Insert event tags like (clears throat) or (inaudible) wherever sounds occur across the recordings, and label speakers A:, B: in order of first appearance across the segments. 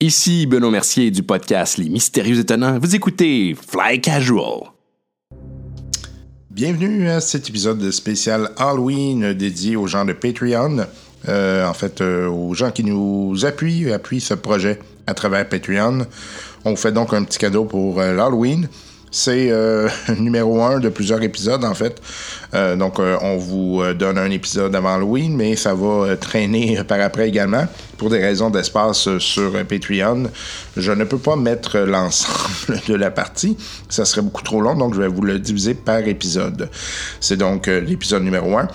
A: Ici Benoît Mercier du podcast Les Mystérieux Étonnants. Vous écoutez Fly Casual.
B: Bienvenue à cet épisode spécial Halloween dédié aux gens de Patreon. Euh, en fait, euh, aux gens qui nous appuient, appuient ce projet à travers Patreon. On vous fait donc un petit cadeau pour euh, l'Halloween. C'est euh, (laughs) numéro un de plusieurs épisodes, en fait. Euh, donc, euh, on vous euh, donne un épisode avant Halloween, mais ça va euh, traîner euh, par après également, pour des raisons d'espace euh, sur euh, Patreon. Je ne peux pas mettre (laughs) euh, l'ensemble de la partie. Ça serait beaucoup trop long, donc je vais vous le diviser par épisode. C'est donc euh, l'épisode numéro un.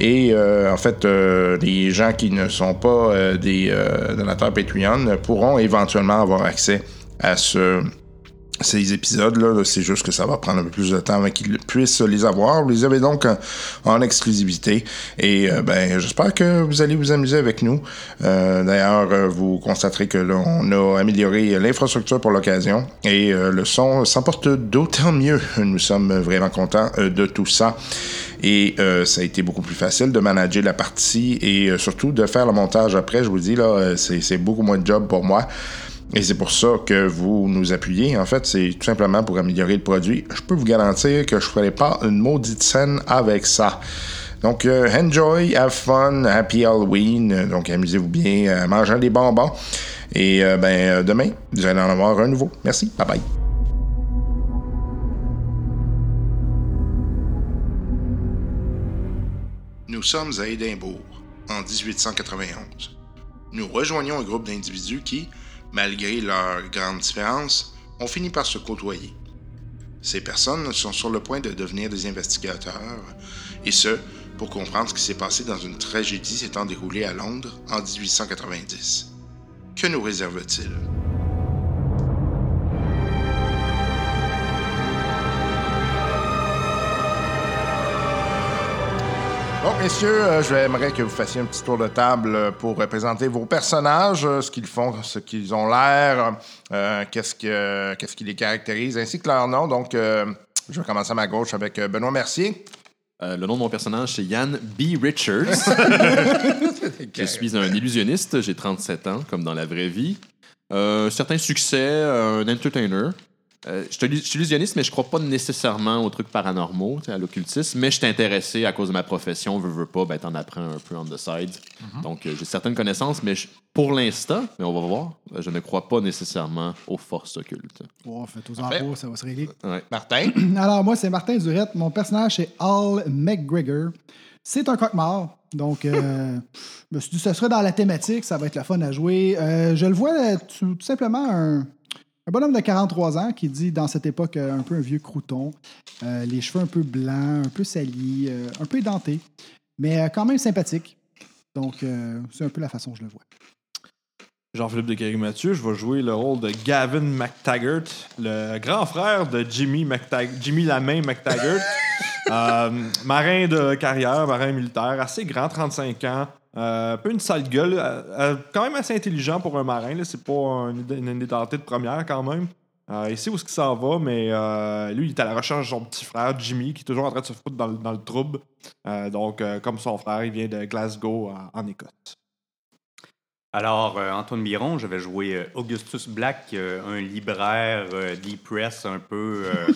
B: Et euh, en fait, euh, les gens qui ne sont pas euh, des euh, donateurs Patreon pourront éventuellement avoir accès à ce ces épisodes-là, c'est juste que ça va prendre un peu plus de temps avant qu'ils puissent les avoir. Vous les avez donc en, en exclusivité. Et euh, ben, j'espère que vous allez vous amuser avec nous. Euh, D'ailleurs, euh, vous constaterez que là, on a amélioré l'infrastructure pour l'occasion. Et euh, le son s'emporte d'autant mieux. (laughs) Nous sommes vraiment contents euh, de tout ça. Et euh, ça a été beaucoup plus facile de manager la partie et euh, surtout de faire le montage après. Je vous dis, là, euh, c'est c'est beaucoup moins de job pour moi. Et c'est pour ça que vous nous appuyez. En fait, c'est tout simplement pour améliorer le produit. Je peux vous garantir que je ne ferai pas une maudite scène avec ça. Donc, euh, enjoy, have fun, happy Halloween. Donc, amusez-vous bien, euh, mangez des bonbons. Et euh, ben, euh, demain, vous allez en avoir un nouveau. Merci, bye bye. Nous sommes à Édimbourg, en 1891 nous rejoignons un groupe d'individus qui, malgré leurs grandes différences, ont fini par se côtoyer. Ces personnes sont sur le point de devenir des investigateurs, et ce, pour comprendre ce qui s'est passé dans une tragédie s'étant déroulée à Londres en 1890. Que nous réserve-t-il Bon, messieurs, euh, j'aimerais que vous fassiez un petit tour de table euh, pour euh, présenter vos personnages, euh, ce qu'ils font, ce qu'ils ont l'air, euh, qu'est-ce, que, qu'est-ce qui les caractérise, ainsi que leur nom. Donc, euh, je vais commencer à ma gauche avec euh, Benoît Mercier.
A: Euh, le nom de mon personnage, c'est Yann B. Richards. Je suis un illusionniste, j'ai 37 ans, comme dans la vraie vie. Euh, un certain succès, euh, un entertainer. Euh, je suis illu- je suis illusionniste, mais je crois pas nécessairement aux trucs paranormaux, tu sais, à l'occultisme, mais je suis intéressé à cause de ma profession, veux, veux pas, ben t'en apprends un peu on the side. Donc euh, j'ai certaines connaissances, mais je- pour l'instant, mais on va voir, euh, je ne crois pas nécessairement aux forces occultes.
C: Bon, faites-vous
B: Parfait.
C: en pas, ça va se régler. (clears throat)
A: Ouais.
B: Martin.
C: Alors, moi, c'est Martin Durette. Mon personnage, c'est Al McGregor. C'est un coq-mort. Donc, euh, (laughs) je me suis dit, ce serait dans la thématique, ça va être le fun à jouer. Euh, je le vois euh, tout, tout simplement un, un bonhomme de 43 ans qui dit, dans cette époque, euh, un peu un vieux crouton. Euh, les cheveux un peu blancs, un peu salis, euh, un peu édentés, mais euh, quand même sympathique. Donc, euh, c'est un peu la façon dont je le vois.
D: Jean-Philippe de Mathieu, je vais jouer le rôle de Gavin McTaggart, le grand frère de Jimmy, McTag- Jimmy Lamain McTaggart, Euh, marin de carrière, marin militaire, assez grand, 35 ans, euh, un peu une sale gueule, euh, euh, quand même assez intelligent pour un marin, là, c'est pas un- une, une identité de première quand même. Euh, il sait où ce qu'il s'en va, mais euh, lui, il est à la recherche de son petit frère, Jimmy, qui est toujours en train de se foutre dans, le- dans le trouble. Euh, donc, euh, comme son frère, il vient de Glasgow, en- en Écosse.
E: Alors, euh, Antoine Miron, je vais jouer euh, Augustus Black, euh, un libraire euh, deep press un peu,
D: (laughs)
E: euh,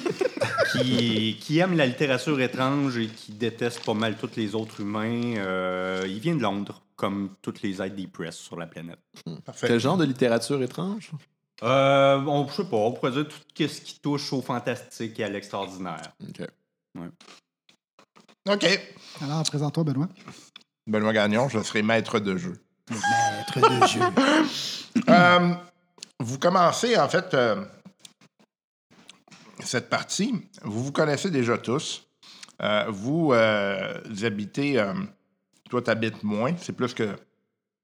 E: qui, qui aime la littérature étrange et qui déteste pas mal tous les autres humains. Euh, il vient de Londres, comme toutes les aides deep press sur la planète.
A: Quel genre de littérature étrange?
E: Euh, on, je sais pas, on pourrait dire tout ce qui touche au fantastique et à l'extraordinaire.
A: Ok.
B: OK.
C: Alors, présente-toi, Benoît.
B: Benoît Gagnon, je serai maître de jeu.
C: Maître de jeu.
B: (laughs) Euh, vous commencez, en fait, euh, cette partie. Vous vous connaissez déjà tous. Euh, vous, euh, vous habitez. euh, toi, tu habites moins. C'est plus que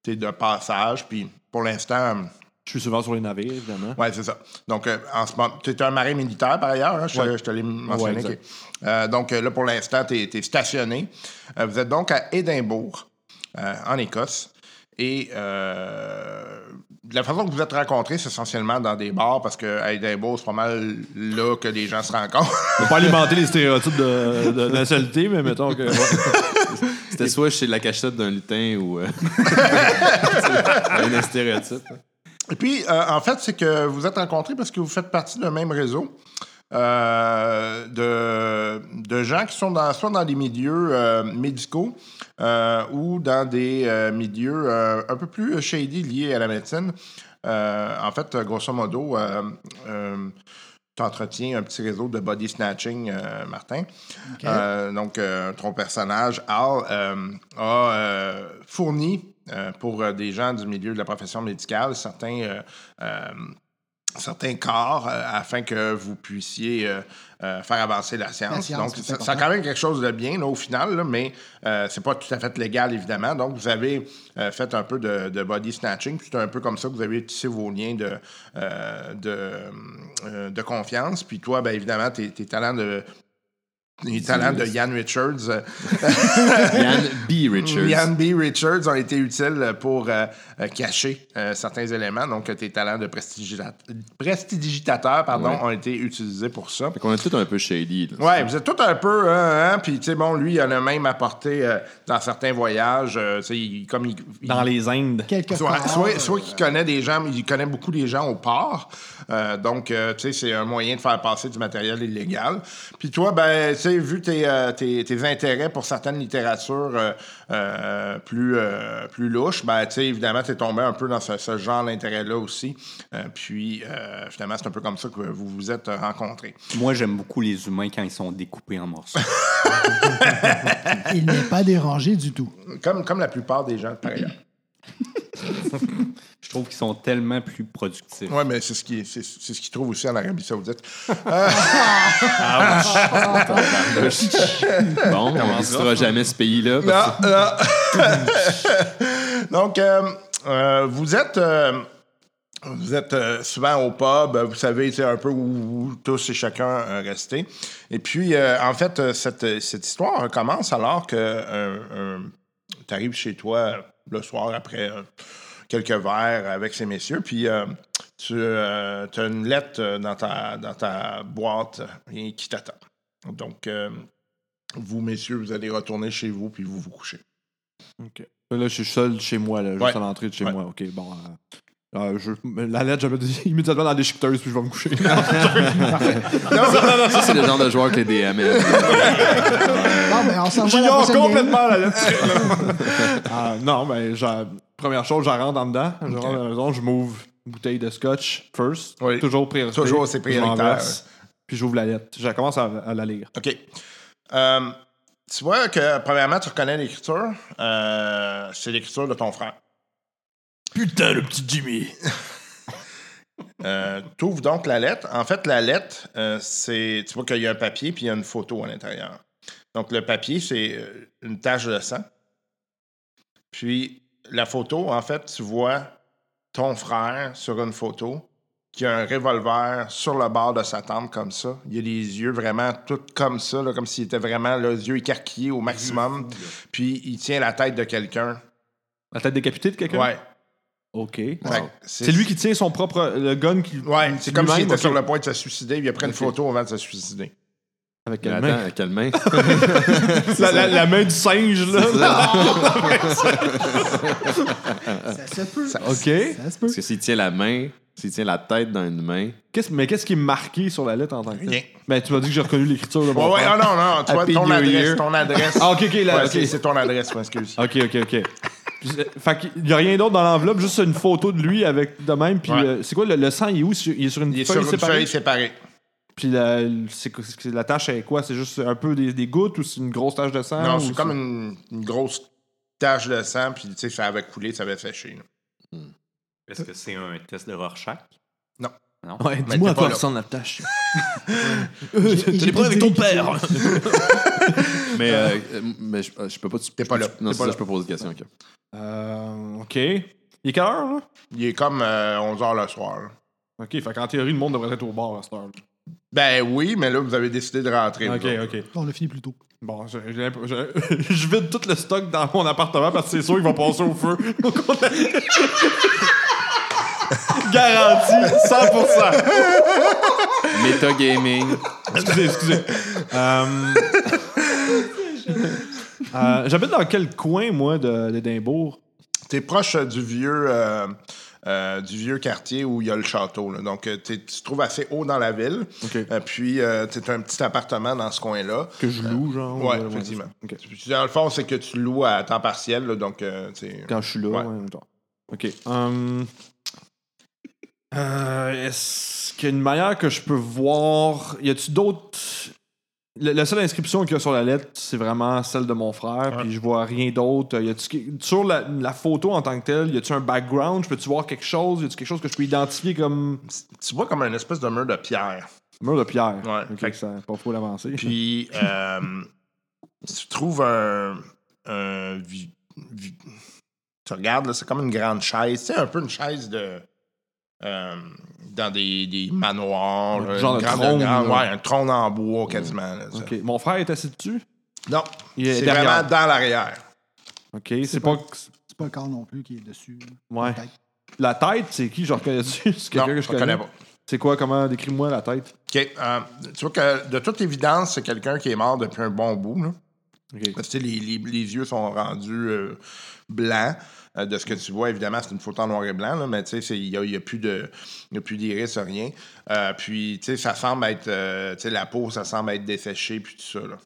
B: tu es de passage. Puis pour l'instant, euh,
D: Je suis souvent sur les navires, évidemment.
B: ouais, c'est ça. Donc, euh, en ce moment, tu es un marin militaire par ailleurs. hein, je, te-
D: Ouais.
B: je te l'ai mentionné.
D: Ouais, exact.
B: ok. Euh, donc, euh, là, pour l'instant, tu es, stationné. Euh, vous êtes donc à Édimbourg, euh, en Écosse. Et euh, la façon que vous êtes rencontrés, c'est essentiellement dans des bars, parce qu'à Édimbourg, c'est pas mal là que les gens se rencontrent.
D: On peut pas alimenter les stéréotypes de, de, de nationalité, mais mettons que. ouais.
A: C'était
B: (laughs)
A: soit chez la cachette d'un lutin ou. euh, c'est un stéréotype.
B: Et puis, euh, en fait, c'est que vous êtes rencontrés parce que vous faites partie d'un même réseau euh, de, de gens qui sont dans, soit dans des milieux euh, médicaux euh, ou dans des euh, milieux euh, un peu plus shady liés à la médecine. Euh, en fait, grosso modo, euh, euh, tu entretiens un petit réseau de body snatching, euh, Martin. Euh, donc, euh, ton personnage, Al, euh, a euh, fourni euh, pour euh, des gens du milieu de la profession médicale certains, euh, euh, certains corps euh, afin que vous puissiez euh, euh, faire avancer la science.
C: La science,
B: donc,
C: c'est
B: ça, ça a
C: important.
B: quand même quelque chose de bien là, au final, là, mais euh, c'est pas tout à fait légal, évidemment. Donc, vous avez euh, fait un peu de, de body snatching. puis C'est un peu comme ça que vous avez tissé vos liens de, euh, de, euh, de confiance. Puis toi, ben, évidemment, tes, tes talents de... Les talents de Ian Richards euh,
A: Yann B. Richards.
B: Ian B. Richards ont été utiles pour euh, euh, cacher euh, certains éléments. Donc, euh, tes talents de prestidigita- prestidigitateur pardon,
A: Ouais.
B: ont été utilisés pour ça.
A: Fait qu'on est tout un peu shady. là.
B: Ouais, vous êtes tout un peu, hein, hein, puis tu sais, bon, lui, il en a même apporté euh, dans certains voyages, euh, tu sais, il- comme il... il-
D: Dans les Indes.
C: Quelque
B: Soit,
C: part.
B: soit, soit qu'il connaît des gens, il connaît beaucoup des gens au port. Euh, donc, euh, tu sais, c'est un moyen de faire passer du matériel illégal. Puis toi, ben, tu sais, vu tes, euh, tes, tes intérêts pour certaines littératures euh, euh, plus, euh, plus louches, ben, tu sais, évidemment, t'es tombé un peu dans ce, ce genre d'intérêt-là aussi. Euh, puis, euh, finalement, c'est un peu comme ça que vous vous êtes rencontrés.
E: Moi, j'aime beaucoup les humains quand ils sont découpés en morceaux.
C: Il n'est pas dérangé du tout.
B: Comme, comme la plupart des gens, par ailleurs.
E: Je trouve qu'ils sont tellement plus productifs.
B: Oui, mais c'est ce qui c'est c'est ce qu'ils trouvent aussi en Arabie Saoudite.
A: (laughs) Bon, on visitera jamais ce pays-là. parce
B: Non, non. (laughs) Donc, euh, euh, vous êtes. euh, vous êtes euh, souvent au pub, vous savez tu sais, un peu où, où tous et chacun euh, restez. Et puis, euh, en fait, euh, cette, euh, cette histoire commence alors que tu arrives chez toi euh, le soir après euh, quelques verres avec ces messieurs, puis euh, tu as une lettre euh, dans ta, dans ta boîte euh, qui t'attend. Donc, euh, vous, messieurs, vous allez retourner chez vous, puis vous vous couchez.
D: OK. Là, je suis seul chez moi, là, juste
B: Ouais.
D: à l'entrée de chez
B: Ouais.
D: moi. OK, bon. euh, euh, je- la lettre, j'avais dit immédiatement dans des déchiqueteuse, puis je vais me coucher.
B: Ah,
A: que
D: (laughs)
A: Ça, c'est le genre de joueur que les DM aiment.
C: Bon, ben, on s'en va à la
D: J'ignore
C: prochaine game.
D: complètement la lettre. (laughs) Ah, non, mais j'en- première chose, j'en rentre en dedans. Je rentre à la maison, je m'ouvre une bouteille de scotch first.
B: Oui.
D: Toujours priorité.
B: Toujours, c'est
D: Je m'en
B: prioritaire.
D: verse, Puis j'ouvre la lettre. Je commence à, à la lire.
B: OK. Euh, tu vois que, premièrement, tu reconnais l'écriture. Euh, c'est l'écriture de ton frère.
D: Putain, le petit Jimmy.
B: (laughs) Euh, tu ouvres donc la lettre. En fait, la lettre, euh, c'est. Tu vois qu'il y a un papier puis il y a une photo à l'intérieur. Donc, le papier, c'est euh, une tache de sang. Puis, la photo, en fait, tu vois ton frère sur une photo qui a un revolver sur le bord de sa tente, comme ça. Il a les yeux vraiment tout comme ça, là, comme s'il était vraiment là, les yeux écarquillés au maximum. Puis, il tient la tête de quelqu'un.
D: La tête décapitée de quelqu'un?
B: Ouais.
D: OK.
B: Fait que
D: C'est lui qui tient son propre. le gun qui.
B: Ouais, c'est comme s'il
D: lui-même,
B: était
D: OK.
B: sur le point de se suicider, puis il a pris une
D: Ok.
B: photo avant de se suicider.
D: Avec
A: Mais
D: la main.
A: Attends, quelle main?
D: La, la- la main du singe, là.
C: Ça se peut. Ça,
D: OK.
C: se peut.
A: Parce que s'il tient la main, s'il tient la tête dans une main,
D: Qu'est-ce- mais qu'est-ce qui est marqué sur la lettre en tant que
B: Rien.
D: telle? Ben, tu m'as dit que j'ai reconnu l'écriture de
B: Ouais,
D: mon
B: ouais,
D: frère.
B: ah non, non, tu vois,
D: Happy
B: ton
D: New
B: adresse,
D: Year.
B: ton adresse.
D: Ah, ok, ok, là,
B: Ouais,
D: ok. Ah,
B: c'est- C'est ton adresse, m'excuse.
D: OK, OK, OK. Puis, euh, Fait qu'il y a rien d'autre dans l'enveloppe, juste une photo de lui avec de même. Puis
B: Ouais.
D: euh, c'est quoi le, le sang? Il est où? Sur- Il est sur une
B: Il est sur
D: feuille
B: une
D: séparée?
B: feuille séparée.
D: Puis la, c'est quoi- c'est- la tâche, elle est quoi? C'est juste un peu des, des gouttes ou c'est une grosse tache de sang?
B: non,
D: ou
B: c'est comme une, une grosse tache de sang, puis tu sais, ça avait coulé, ça avait séché. là.
E: Est-ce que c'est un test de Rorschach?
B: Non.
E: Non.
D: Ouais,
B: dis-moi à quoi
D: ressemble la (laughs) tâche.
C: J'ai- j'ai pas dit-
A: Mais, euh, euh, mais je, euh, je peux pas.
B: T'es pas là.
A: Non,
B: T'es
A: c'est
B: pas
A: ça,
B: là.
A: je peux poser des questions. ok.
B: (laughs)
D: Euh, OK. Il est quelle heure, là?
B: Il est comme 11h le soir. là.
D: OK, fait qu'en théorie, le monde devrait être au bord à cette heure.
B: Ben oui, mais là, vous avez décidé de rentrer. vous
D: OK,
B: autres.
D: OK.
C: On a fini plus tôt.
D: Bon, je, (laughs) j'ai l'imp- je- je vide tout le stock dans mon appartement parce que c'est sûr qu'il va passer au feu. (laughs) Donc, on a- Garanti, 100%.
A: Metagaming.
D: Excusez, excusez. Euh, euh, J'habite dans quel coin, moi, de- d'Édimbourg?
B: T'es proche euh, du vieux. euh, euh, du vieux quartier où il y a le château. là. Donc, euh, t'es- tu te trouves assez haut dans la ville.
A: OK.
B: Euh, puis, tu as un petit appartement dans ce coin-là.
D: Que je loue, genre.
B: ouais,
D: euh,
B: effectivement.
D: Ok.
B: Puis, Dans le fond, c'est que tu loues à temps partiel. là, donc, euh, t'sais,
D: Quand je suis là,
B: Ouais.
D: ouais, genre. OK. hum, euh, Est-ce qu'il y a une manière que je peux voir. Y a-tu d'autres. Le- La seule inscription qu'il y a sur la lettre, c'est vraiment celle de mon frère, puis je vois rien d'autre. Y a-tu qui- sur la, la photo en tant que telle, y a-tu un background Je peux-tu voir quelque chose Y a-tu quelque chose que je peux identifier comme
B: tu vois comme un espèce de mur de pierre.
D: mur de pierre
B: Ouais,
D: Ok,
B: fait que-
D: ça pas fou l'avancer. (laughs)
B: Puis, euh, tu trouves un. un vi- vi- tu regardes, là, c'est comme une grande chaise. C'est un peu une chaise de. euh, dans des, des manoirs.
D: Un genre
B: une
D: de
B: grande-
D: trône,
B: grande-
D: là.
B: ouais, un trône en bois quasiment. là, ça.
D: Ok. Mon frère est assis dessus
B: Non,
D: Il est
B: c'est
D: derrière.
B: vraiment dans l'arrière.
D: Ok, c'est pas.
C: C'est pas le corps non plus qui est dessus.
D: Ouais.
C: Peut-être.
D: La tête, c'est qui Je reconnais-tu (laughs) C'est
B: Non,
D: quelqu'un que je
B: on connaît
D: connais.
B: pas.
D: C'est quoi Comment Décris-moi la tête.
B: OK, euh, tu vois que de toute évidence, c'est quelqu'un qui est mort depuis un bon bout. Là.
D: Ok.
B: Parce que, tu sais, les, les- les yeux sont rendus euh, blancs. Euh, de ce que tu vois, évidemment, c'est une photo en noir et blanc, là, mais tu sais, c'est- il n'y a, il y a plus de- il y a plus d'iris, rien. Euh, puis, tu sais, ça semble être. euh, tu sais, la peau, ça semble être desséchée, puis tout ça. Là.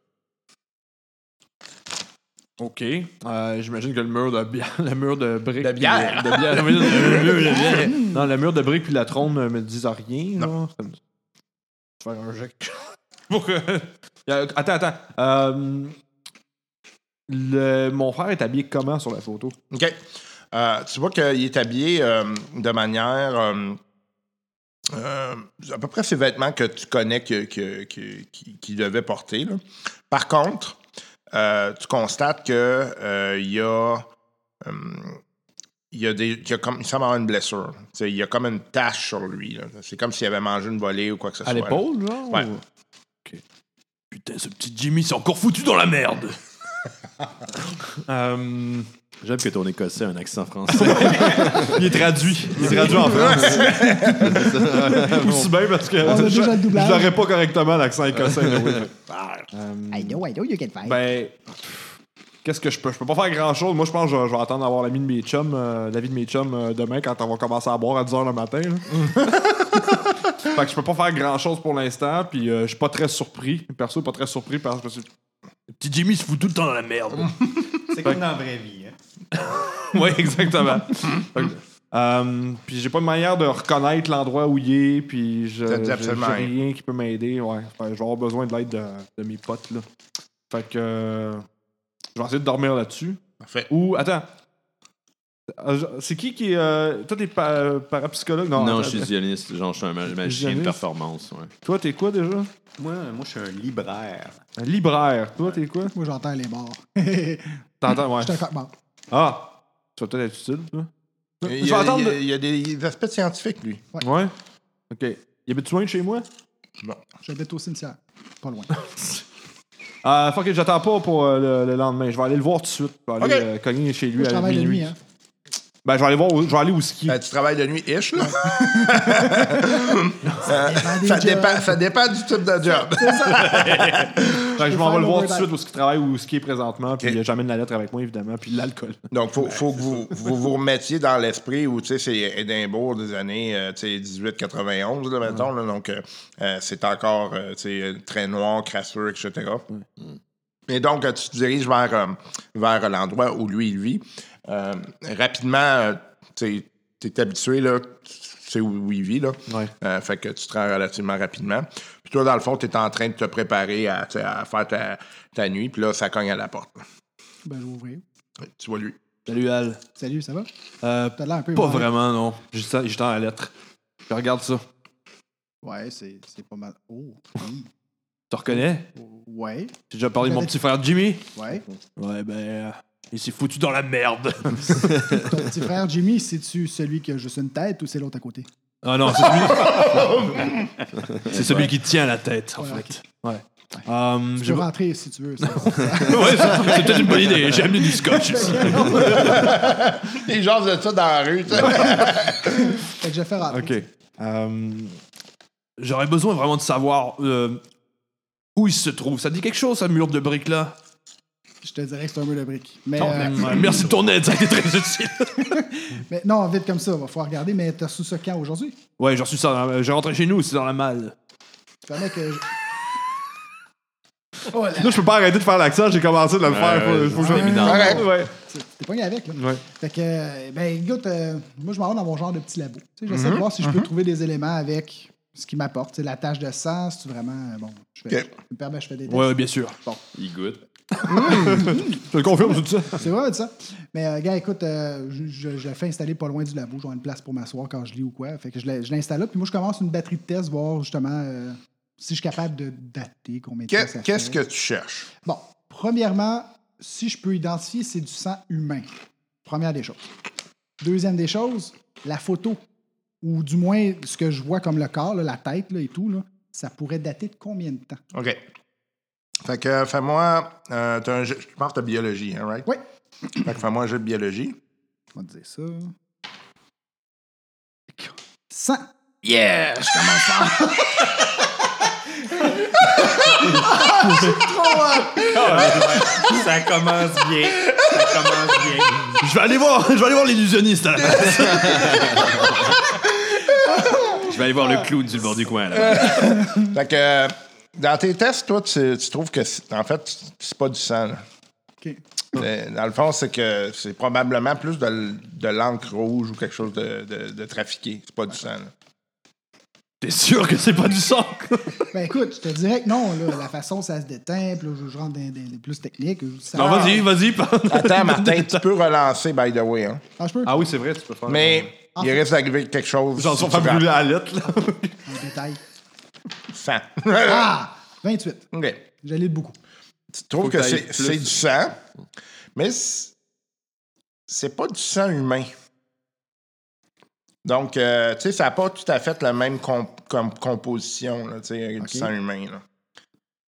D: OK. Euh, J'imagine que le mur de bière, (laughs) le mur de briques.
B: De bière.
D: puis- De bière. Oui, le mur de bière. Non, le mur de briques puis la trône euh, me disent rien.
B: Non.
D: Non. Je vais faire un jet. (laughs) Pour que- Euh, Attends, attends. Euh, le- Mon frère est habillé comment sur la photo?
B: OK. Euh, tu vois qu'il est habillé euh, de manière. euh, euh, à peu près ses vêtements que tu connais que- que- que- qui- qu'il devait porter. là. Par contre, euh, tu constates que euh, il y a. euh, il y a des, il y a comme, il semble avoir une blessure. Tu sais, il y a comme une tache sur lui. là. C'est comme s'il avait mangé une volée ou quoi que ce
D: À
B: soit. là.
D: l'épaule, genre?
B: Ouais.
D: ou- Ok. Putain, ce petit Jimmy s'est encore foutu dans la merde! Euh,
A: J'aime que ton écossais a un accent français.
D: il est traduit. Il est traduit en France. (laughs) Aussi bien parce que
C: on a
D: je
C: déjà le
D: je
C: doublage.
D: l'aurais pas correctement l'accent écossais. là, oui.
F: I know, I know you can fight.
D: ben, qu'est-ce que je peux? Je peux pas faire grand-chose. Moi, je pense que je, je vais attendre d'avoir l'ami de mes chums, euh, l'avis de mes chums euh, demain quand on va commencer à boire à 10h le matin. là. fait que je peux pas faire grand-chose pour l'instant, puis euh, je suis pas très surpris. Perso, pas très surpris parce que je me suis dit, Le petit Jimmy se fout tout le temps dans la merde.
E: C'est comme dans la vraie vie. Hein?
D: (laughs) oui,
B: (laughs)
D: exactement. Fait que, euh, puis j'ai pas de manière de reconnaître l'endroit où il est, puis je
B: Ça te dit
D: j'ai- j'ai
B: absolument rien.
D: rien qui peut m'aider. Ouais, Fait que je vais avoir besoin de l'aide de, de mes potes là. Fait que euh, je vais essayer de dormir là-dessus.
B: Parfait.
D: Ou attends, Euh, je- c'est qui qui est euh, toi t'es pa- euh, parapsychologue
B: Ah,
A: non,
D: attends.
A: je suis violoniste. Genre, je suis un ma- magicien de
D: Violoniste.
A: performance. Ouais.
D: Toi t'es quoi déjà
E: Moi, moi, je suis un libraire.
D: Un Libraire. Toi t'es quoi
C: Moi, j'entends les morts. (laughs) Je
D: T'entends ouais.
C: suis un coq-mort.
D: Ah, tu vas peut-être être utile. Toi.
B: Il
D: Je
B: y
D: vais
B: a,
D: attendre.
B: il y a- il y a des aspects scientifiques, lui.
D: de- Ouais. Ok. Y avait-tu loin de chez moi?
C: J'habite au cimetière. Pas loin.
D: Ah, fuck it, j'attends pas pour euh, le, le lendemain. Je vais aller le voir tout de suite. Je vais aller
B: Ok.
D: euh, cogner chez lui
C: Moi, je
D: à
C: travaille la
D: minuit.
C: nuit. Hein.
D: Ben, je vais aller voir, où- je vais aller au ski.
B: Ben, tu travailles de nuit, ish,
D: (laughs)
B: là.
D: Euh,
C: dépend des
B: ça,
C: jobs.
B: dépend, ça dépend du type de job.
D: Fait que Ben, je
C: peux
D: m'en vais
C: faire
D: le voir tout de
C: l'overnight.
D: suite où ce qu'il travaille ou où ce qui est présentement. Puis
B: Ok.
D: euh, j'amène la lettre avec moi, évidemment. Puis de l'alcool.
B: Donc, faut, faut que vous, (laughs) vous vous remettiez dans l'esprit où, tu sais, c'est Édimbourg des années, euh, tu sais, 1891, là, mettons, là, donc euh, euh, c'est encore, euh, tu sais, euh, très noir, crasseux, etc. Et donc, euh, tu te diriges vers, euh, vers l'endroit où lui, il vit. Euh, rapidement, euh, tu es habitué, là, tu sais où, où il vit, là.
D: Ouais.
B: Euh, fait que tu te rends relativement rapidement. Puis toi, dans le fond, tu es en train de te préparer à, tu sais, à faire ta, ta nuit, puis là, ça cogne à la porte.
C: Ben, je vais ouvrir.
B: Tu vois lui.
D: (laughs) Salut, Al.
C: Salut, ça va?
D: Euh,
C: T'as l'air un peu.
D: pas
C: énervé.
D: vraiment, non. J'étais j'étais dans la lettre. Je regarde ça.
C: Ouais, c'est c'est pas mal. Oh, oui. Oh,
D: Tu reconnais?
C: Ouais,
D: J'ai déjà parlé de mon
C: J'avais-
D: petit frère Jimmy?
C: ouais.
D: Ouais, ben. euh, il s'est foutu dans la merde.
C: Ton petit frère Jimmy, c'est-tu celui qui a juste une tête ou c'est l'autre à côté?
D: (laughs) Ah non, c'est celui. (laughs) c'est celui qui tient la tête, en
C: Ouais,
D: fait. Ouais. Euh,
C: Je
D: j'ai-
C: vais rentrer si tu veux. ça.
D: (laughs) Ouais, c'est c'est peut-être une bonne idée. J'aime
C: (laughs)
D: les scotch. ici.
B: Les gens de ça dans la rue, tu sais.
C: fait que je vais faire rentrer.
D: OK. Euh, J'aurais besoin vraiment de savoir euh, où il se trouve. Ça dit quelque chose, ce mur de briques-là?
C: je te dirais que c'est un mur de briques. Mais, euh,
D: Ouais, Merci de ton aide, ça a été très utile.
C: mais non, vite comme ça, va falloir regarder. Mais t'as sous ce camp aujourd'hui?
D: (laughs) Ouais, j'ai reçu ça. dans la- J'ai rentré chez nous, c'est dans la malle.
C: Fallait que je... Oh là,
D: Là, je peux pas arrêter de faire l'accent, j'ai commencé de le faire.
A: Euh,
D: faut, faut que je
B: Correct.
D: Ouais.
C: t'es pogné avec, là.
D: Ouais.
C: Fait que, euh, ben, écoute, euh, moi, je m'en vais dans mon genre de petit labo. Tu sais, J'essaie
B: Mhm.
C: de voir si je peux trouver des éléments avec ce qui m'apporte. Tu sais, La tâche de sang, c'est vraiment. euh, Bon, je fais.
B: Ok.
C: tu me permets, je fais des tests.
D: ouais, bien sûr.
A: Il goûte.
D: Je te le confirme, (laughs) tout ça.
C: C'est vrai, ça. Mais, euh, gars, écoute, euh, je, je- je le fais installer pas loin du labo. J'aurai une place pour m'asseoir quand je lis ou quoi. Fait que je l'ai- je l'installe là. Puis moi, je commence une batterie de tests, voir justement euh, si je suis capable de dater combien de temps
B: Que-
C: ça
B: Qu'est-ce
C: fait.
B: que tu cherches?
C: Bon, premièrement, si je peux identifier, c'est du sang humain. Première des choses. Deuxième des choses, la photo, ou du moins ce que je vois comme le corps, là, la tête là, et tout, là, ça pourrait dater de combien de temps?
B: OK. Fait que euh, fais-moi. euh, t'as un jeu- je pense que t'as biologie, hein, right?
C: Oui.
B: Fait que fais-moi un jeu de biologie.
C: On va te dire ça. 100.
E: (laughs) Ça commence bien. Ça commence bien.
D: Je vais aller voir, je vais aller voir l'illusionniste. à la place.
A: Je vais aller voir le clown sur le bord du coin.
E: Euh,
A: Là
B: Fait que euh, dans tes tests, toi, tu, tu trouves que, c'est- en fait, c'est pas du sang. là.
C: OK.
B: Mais Dans le fond, c'est que c'est probablement plus de, l- de l'encre rouge ou quelque chose de, de- de trafiqué. C'est pas du sang. là.
C: (laughs)
D: T'es sûr que c'est pas du sang?
C: Ben écoute, je te dirais que non, là, la façon ça se déteint, puis là, je, je rentre dans des plus techniques. je- ça-
D: Non, vas-y, vas-y, (laughs) parle.
B: Attends, Martin, tu peux relancer, by the way. hein.
C: Ah, je peux?
D: Ah oui, c'est vrai, tu peux faire.
B: Mais il risque d'arriver quelque chose.
D: J'en
B: si
D: suis
B: tu
D: pas brûlé à la lettre, là.
C: En détail.
B: rentres sang.
C: Ah! 28.
B: (laughs) OK.
C: J'allais de beaucoup.
B: Tu trouves
A: Faut
B: que
A: que t'ailles
B: c'est
A: plus.
B: c'est du sang, mais c'est- c'est pas du sang humain. Donc, euh, tu sais, ça n'a pas tout à fait la même comp- com- composition là, tu sais,
C: Ok.
B: du sang humain. là.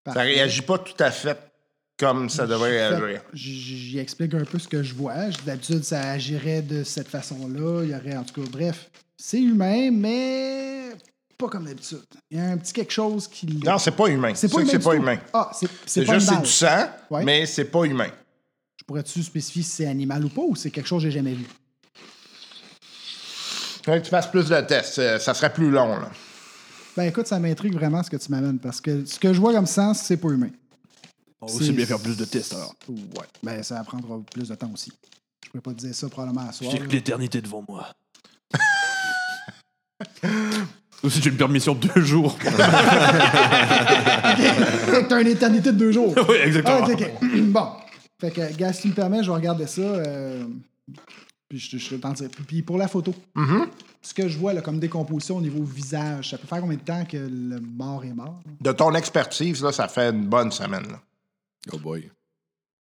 B: Ça
C: Parfait.
B: réagit pas tout à fait comme ça devrait
C: J'ai fait-
B: réagir.
C: j- J'y explique un peu ce que je vois. Je- D'habitude, ça agirait de cette façon-là. Il y aurait, en tout cas, bref, c'est humain, mais pas comme d'habitude. Il y a un petit quelque chose qui. l'a.
B: Non, c'est pas humain.
C: c'est
B: sûr
C: pas
B: que
C: humain.
B: C'est
C: du
B: pas
C: tout.
B: humain.
C: Ah, c'est- c'est
B: C'est
C: pas
B: juste
C: une
B: c'est
C: balle.
B: du sang,
C: Ouais.
B: mais c'est pas humain.
C: Je pourrais-tu spécifier si c'est animal ou pas, ou c'est quelque chose que j'ai jamais vu?
B: Faudrait que tu fasses plus de tests. euh, Ça serait plus long. là.
C: Ben écoute, ça m'intrigue vraiment ce que tu m'amènes, parce que ce que je vois comme sens, c'est pas humain.
D: On va aussi bien faire plus de tests, alors.
C: Ouais. Ben, ça prendra plus de temps aussi. Je pourrais pas te dire ça probablement à soir.
D: J'ai
C: là.
D: que l'éternité devant (laughs) moi. Ou si j'ai une permission de deux jours.
C: T'as une éternité de deux jours.
D: (laughs) oui,
C: Ah,
D: exactement.
C: ok, ok. (clears throat) bon. Fait que, gars, si tu me permets, je vais regarder ça. euh, puis je, je t'en dirai. plus. Puis pour la photo,
D: Mm-hmm.
C: ce que je vois là, comme décomposition au niveau visage, ça peut faire combien de temps que le mort est mort?
B: De ton expertise, là, ça fait une bonne semaine. là.
A: Oh boy.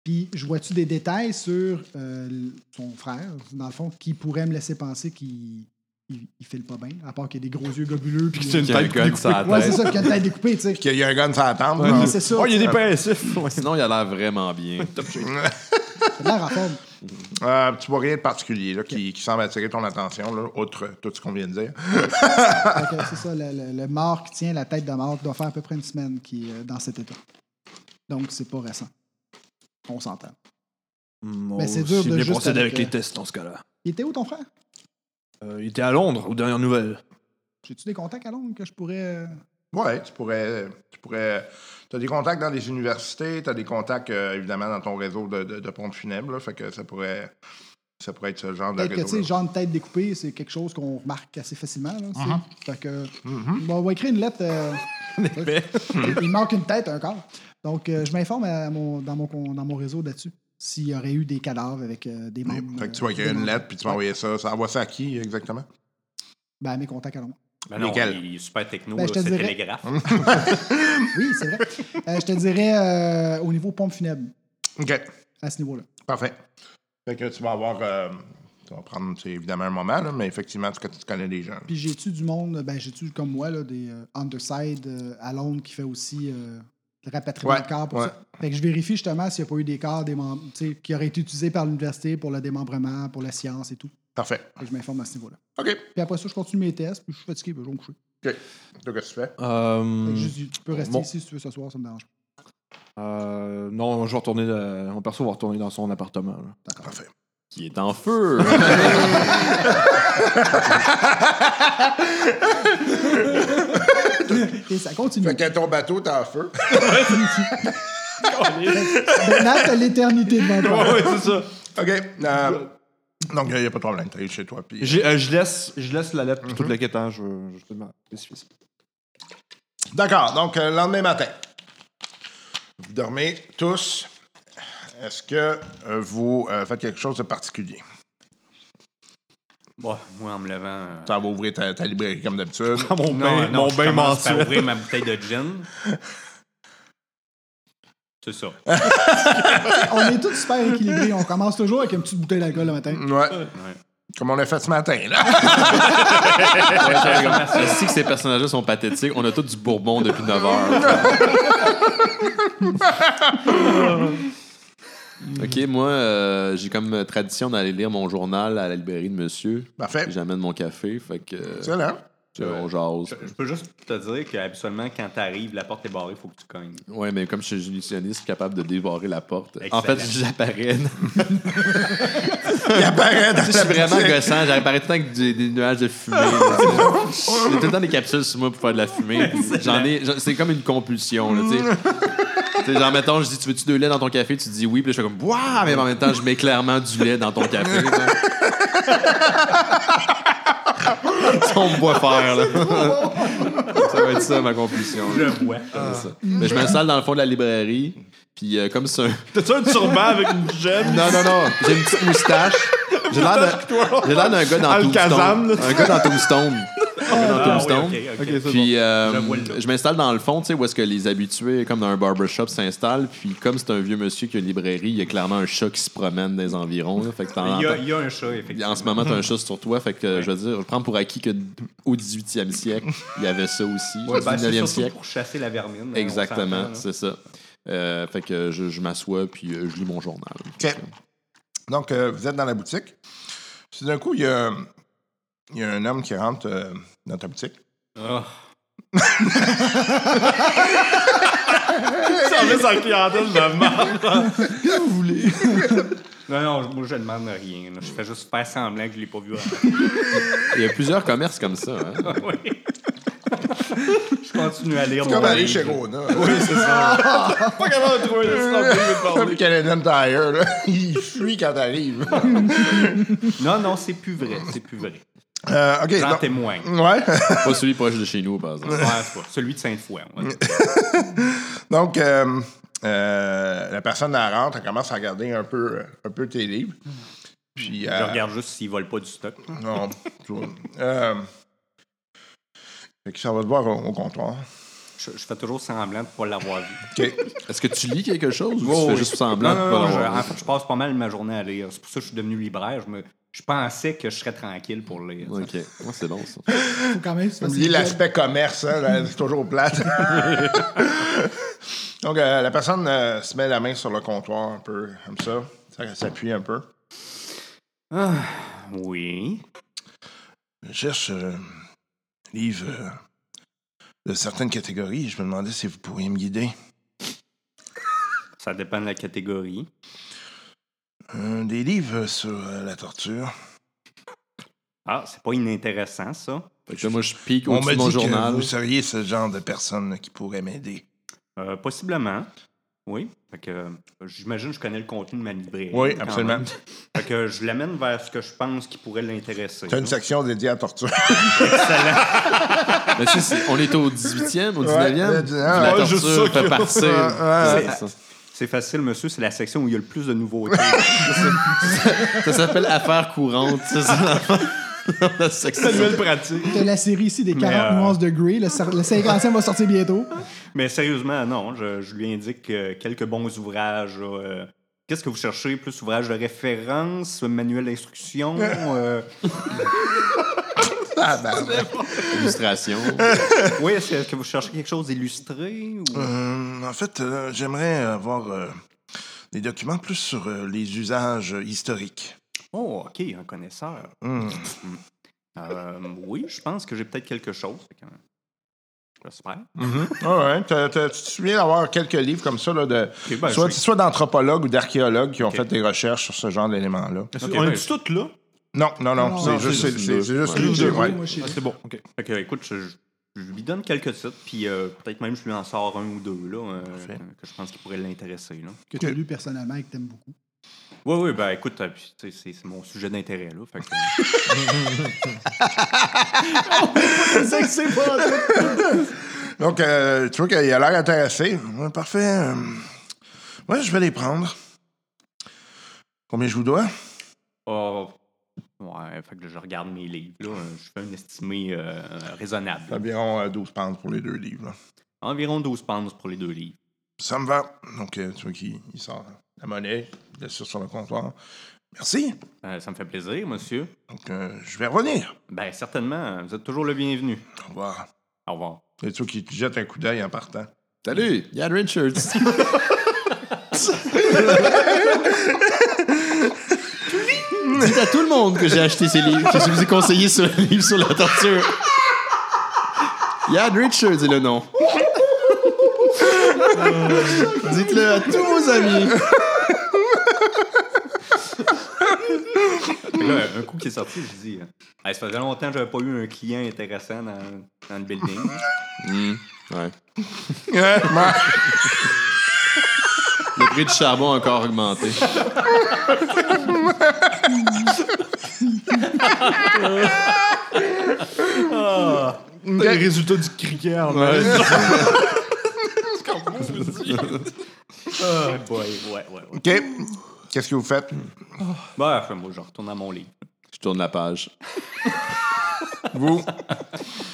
C: Puis je vois-tu des détails sur euh, l- son frère, dans le fond, qui pourrait me laisser penser qu'il il, il file pas bien, à part qu'il a des gros yeux gobuleux. Puis,
D: C'est une
A: Quelqu'un
D: tête découpée.
A: sur la
C: Ouais,
A: tête.
C: c'est ça, qu'il a une tête découpée, tu sais.
B: Qu'il y a un gun sur la tempe.
C: Oui,
B: là.
C: c'est ça.
D: Oh, il y a des passifs. Ouais.
A: Sinon, il a l'air vraiment bien.
C: Ça a l'air en forme.
B: Euh, tu vois rien de particulier là, qui, qui semble attirer ton attention, là, outre euh, tout ce qu'on vient de dire.
C: Fait que c'est ça, le, le- le mort qui tient la tête de mort doit faire à peu près une semaine qui est euh, dans cet état. Donc, c'est pas récent. On s'entend. Mais c'est dur de
D: bien
C: juste
D: procéder
C: avec,
D: avec
C: euh,
D: les tests dans ce cas-là.
C: Il était où ton frère?
D: Euh, il était à Londres, aux dernières nouvelles.
C: J'ai-tu des contacts à Londres que je pourrais. euh,
B: Ouais, tu pourrais. Tu pourrais. T'as des contacts dans les universités, t'as des contacts, euh, évidemment, dans ton réseau de, de, de pompes funèbres, là, fait que ça pourrait. Ça pourrait être ce genre de
C: Peut-être que, tu
B: réseau.
C: sais, genre une tête découpée, c'est quelque chose qu'on remarque assez facilement. Là, tu sais.
B: Mm-hmm.
C: Fait que. bon, on va écrire une lettre.
B: (laughs)
C: euh, (laughs) il manque une tête, un corps. Donc, euh, je m'informe à mon- dans, mon, con- dans mon réseau là-dessus s'il y aurait eu des cadavres avec euh, des membres.
B: Fait que tu
C: euh,
B: vas écrire
C: des
B: une
C: membres.
B: lettre, puis tu vas envoyer ça. Ça envoie ça à qui exactement?
C: Ben, à mes contacts à Londres.
E: Ben non,
B: Lesquels?
E: il est super techno,
C: Ben,
E: là,
C: je te
E: c'est
C: dirais-
E: (laughs) télégraphe.
C: Oui, c'est vrai. Euh, je te dirais euh, au niveau pompe funèbre,
B: OK.
C: à ce niveau-là.
B: Parfait. Fait que tu vas avoir. euh, ça va prendre tu sais, évidemment un moment, là, mais effectivement, tu, tu connais les gens. là.
C: Puis j'ai-tu du monde, ben j'ai-tu comme moi, là, des euh, underside euh, à Londres qui fait aussi euh, le rapatriement
B: Ouais,
C: de corps pour
B: ouais.
C: ça. Fait que je vérifie justement s'il n'y a pas eu des corps des mem- tu sais, qui auraient été utilisés par l'université pour le démembrement, pour la science et tout.
B: Parfait.
C: Fait que je m'informe à ce niveau-là.
B: OK.
C: Puis après ça, je continue mes tests, puis je suis fatigué, puis je vais me coucher.
B: OK. Donc, qu'est-ce que tu fais?
C: Fait que
D: Euh,
B: Hmm.
C: je dis, tu peux rester
D: Bon.
C: ici si tu veux ce soir, ça me dérange pas.
D: Euh, non, je vais retourner. euh, mon perso va retourner dans son (laughs) appartement. là.
B: Parfait.
A: Qui est en feu.
C: Et ça continue.
B: Fait que ton bateau, t'es en feu.
C: Maintenant, t'as l'éternité devant toi.
D: Ah Ouais, ouais, c'est ça.
B: OK. euh, donc, il n'y a pas de problème. T'es chez toi. puis-
D: J'ai- euh, je, laisse, je laisse la lettre puis toute la quête. hein, je je te demande de spécifier ça.
B: D'accord. Donc, euh, le lendemain matin, vous dormez tous. Est-ce que euh, vous euh, faites quelque chose de particulier?
E: Bon, moi, en me levant. euh,
B: Ça va ouvrir ta, ta librairie comme d'habitude.
D: Ah, Mon
E: non,
D: bain,
E: non,
D: mon
E: je
D: bain
E: commence par
D: mensuel.
E: ouvrir ma bouteille de gin. C'est ça.
C: On est tous super équilibrés. On commence toujours avec une petite bouteille d'alcool le matin.
B: Ouais. Comme on l'a fait ce matin, là.
A: Je sais que ces personnages-là sont pathétiques. On a tous du bourbon depuis 9 heures. (laughs) ok, moi, euh, j'ai comme tradition d'aller lire mon journal à la librairie de monsieur.
B: Parfait.
A: J'amène mon café, fait que euh,
B: C'est là.
A: on jase.
E: Je peux juste te dire qu'habituellement, quand t'arrives, la porte est barrée, il faut que tu cognes.
A: Ouais, mais comme je suis illusionniste, je suis capable de dévorer la porte. En
E: Excellent.
A: fait, j'apparais.
B: Il apparaît dans
A: Je suis
B: la
A: vraiment
B: boutique.
A: gossant. J'apparais tout le temps avec du- des nuages de fumée. là, tu (laughs) sais. J'ai tout le temps des capsules sur moi pour faire de la fumée. puis J'en ai. j'en- (laughs) C'est comme une compulsion. Là, tu sais. Tu sais, genre, mettons, je dis, tu veux-tu de lait dans ton café? Tu dis oui, puis là, je fais comme, waouh! Mais en même temps, je mets clairement du lait dans ton café. (laughs) là. Ça, on me voit faire, là. ça va être ça, ma compulsion. là.
E: Je vois.
A: C'est ça. Mais je m'installe dans le fond de la librairie, puis euh, comme c'est un,
D: T'as-tu un turban avec une gemme?
A: non, non, non. J'ai une petite moustache. J'ai l'air d'un, j'ai l'air d'un gars dans
D: Alcazam,
A: Tombstone.
D: là.
A: Un gars dans Tombstone. Un gars dans
E: Ah, oui,
A: Tombstone.
E: ok, ok.
D: Ok, c'est
A: Puis
E: Je
A: euh,
E: vois le look.
A: je m'installe dans le fond, tu sais, où est-ce que les habitués, comme dans un barbershop, s'installent. Puis comme c'est un vieux monsieur qui a une librairie, il y a clairement un chat qui se promène dans les environs. là. fait que t'en
E: Il y, a, Hmm.
A: entends-
E: il y a un chat, effectivement.
A: En ce moment, t'as un chat sur toi. Fait que je veux dire, je prends pour acquis que au 18e siècle, il y avait ça aussi.
E: Ouais,
A: au
E: ben, c'est
A: 19e
E: surtout
A: siècle.
E: pour chasser la vermine. hein, on
A: Exactement,
E: s'entend, là.
A: c'est ça. Euh, fait que je, je m'assois puis euh, je lis mon journal.
B: OK. Donc, euh, vous êtes dans la boutique. Puis d'un coup, il y a, il y a un homme qui rentre euh, dans ta boutique.
E: Ah. (laughs)
D: Service en clientèle de merde.
E: (laughs) Non, non, moi, je demande rien. là. Je fais juste faire semblant que je l'ai pas vu avant.
A: Il y a plusieurs commerces comme ça. hein.
E: Oui. je continue à lire
B: C'est comme
E: mon
B: aller
E: livre.
B: chez Rona. (laughs)
D: Pas capable de trouver le stop
B: Comme Canadian Tire, là. (laughs) il fuit quand t'arrives.
E: Non, non, c'est plus vrai. C'est plus vrai.
B: Euh, OK.
E: J'en
B: donc- (laughs)
E: témoigne.
B: Ouais.
A: Pas celui proche de chez nous, par exemple.
E: Ouais, c'est pas- Celui de Sainte-Foy. on va
B: Euh.
E: dire.
B: Donc, euh, euh, la personne elle rentre, elle commence à regarder un peu, euh, un peu tes livres. Puis, euh,
E: Je regarde juste s'il vole pas du stock.
B: Non, tu vois. Euh, fait que ça va te voir au, au comptoir.
E: Je, je fais toujours semblant de pas l'avoir vu.
B: (laughs) OK.
A: Est-ce que tu lis quelque chose ou tu
E: Oh,
A: fais
E: oui.
A: juste semblant
E: Non,
A: de
E: non,
A: pas
E: non, je-
A: l'avoir
E: En
A: vu?
E: fait, je passe pas mal ma journée à lire. C'est pour ça que je suis devenu libraire. Je, me, je pensais que je serais tranquille pour lire.
A: Ok, Ouais, c'est bon ça.
C: Faut quand même se passer
B: Oubliez
C: une job.
B: l'aspect commerce, hein, là, c'est toujours
E: (laughs)
B: plate. Donc, euh, la personne euh, se met la main sur le comptoir un peu, comme ça. Ça s'appuie un peu.
E: Ah, Oui.
B: Je cherche euh, un livre euh, de certaines catégories. Je me demandais si vous pourriez me guider.
E: Ça dépend de la catégorie.
B: Euh, des livres sur euh, la torture.
E: Ah, c'est pas inintéressant, ça.
A: Fait que là, moi, je pique
B: On
A: au-dessus
B: m'a
A: de
B: dit
A: mon
B: que
A: journal.
B: vous seriez ce genre de personne qui pourrait m'aider.
E: Euh, possiblement. Oui. Fait que euh, j'imagine que je connais le contenu de ma librairie.
B: Oui,
E: quand
B: absolument.
E: même. Fait que je l'amène vers ce que je pense qui pourrait l'intéresser.
B: Tu as une section dédiée à la torture. (laughs)
A: Mais tu sais, c'est- on est au 18e, au 19e.
B: le
A: Puis
B: 19e.
A: la
D: Ouais, juste
A: torture
D: ça
A: fait
D: que-
A: partie.
B: Ouais,
A: Ouais, ça.
E: C'est facile, monsieur, c'est la section où il y a le plus de
A: (laughs)
E: nouveautés.
A: Ça s'appelle affaires courantes. C'est ça. la section.
D: Manuel pratique.
C: T'as la série ici des 40
E: euh,
C: nuances de Grey. Le, cer- le 50e va sortir bientôt.
E: Mais sérieusement, non, je, je lui indique euh, quelques bons ouvrages. là, euh, Qu'est-ce que vous cherchez? Plus ouvrages de référence,
B: (laughs)
E: manuel d'instruction? euh,
B: Ah, ben,
A: Illustration.
E: oui, est-ce est-ce que vous cherchez quelque chose d'illustré? ou-
B: Euh, en fait, euh, j'aimerais avoir euh, des documents plus sur euh, les usages euh, historiques.
E: Oh, OK, un connaisseur.
B: Hmm.
E: Euh, oui, je pense que j'ai peut-être quelque chose. Fait que, J'espère.
B: Ah ouais, t'as- t'as- tu te souviens d'avoir quelques livres comme ça, là, de,
E: Ok, ben,
B: soit,
E: je-
B: soit d'anthropologues ou d'archéologues qui ont
E: Ok.
B: fait des recherches sur ce genre d'éléments-là.
E: Ok,
D: On
E: ben,
D: est-tu tous là?
B: Non, non, non,
C: Non,
B: c'est
D: non,
B: juste,
D: c'est
B: c'est-
A: juste
B: c'est-
A: deux.
B: c'est juste
C: J'ai
B: lui,
C: joué,
B: ouais.
C: moi, je sais.
D: Ah, c'est bon, ok.
E: Fait que, écoute, je, je- je lui donne quelques titres, puis euh, peut-être même je lui en sors un ou deux, là, euh, que je pense qu'il pourrait l'intéresser, là.
C: que tu as lu personnellement et que t'aimes beaucoup.
E: Oui, oui, ben écoute, euh, puis, tu sais, c'est c'est mon sujet d'intérêt, là. Fait que, euh,
C: (laughs) c'est que c'est pas.
B: Donc, euh, tu vois qu'il a l'air intéressé. Ouais, parfait. Euh, Ouais, je vais les prendre. Combien je vous dois?
E: oh, ouais, fait que je regarde mes livres, là. euh, Je fais un estimé euh, raisonnable. là.
B: Environ euh, 12 pounds pour les deux livres. là.
E: Environ 12 pounds pour les deux livres.
B: Ça me va. Donc, euh, tu vois qu'il il sort la monnaie, il laisse ça sur le comptoir. Merci.
E: Euh, ça me fait plaisir, monsieur.
B: Donc, euh, je vais revenir.
E: Ben certainement, vous êtes toujours le bienvenu.
B: Au revoir.
E: Au revoir.
B: Et tu vois qu'il te jette un coup d'œil en partant.
A: Salut, Yann
B: (laughs)
A: Richards. Dites à tout le monde que j'ai acheté ces livres, que je vous ai conseillé ce livre sur la torture. Yann Richards est le
D: (laughs)
A: nom. Dites-le à tous vos amis.
E: Fait que là, un coup qui est sorti, je dis euh, Hey, Ça faisait longtemps que j'avais pas eu un client intéressant dans, dans le building.
A: (laughs) Ouais.
B: Ouais.
A: Le prix du charbon a encore augmenté.
D: Les résultats du cricket en
A: Ouais.
E: Ah, boy, ouais, ouais, ouais.
B: OK. Qu'est-ce que vous faites?
E: Ben, enfin, moi, je retourne à mon lit.
A: Je tourne la page.
B: Vous?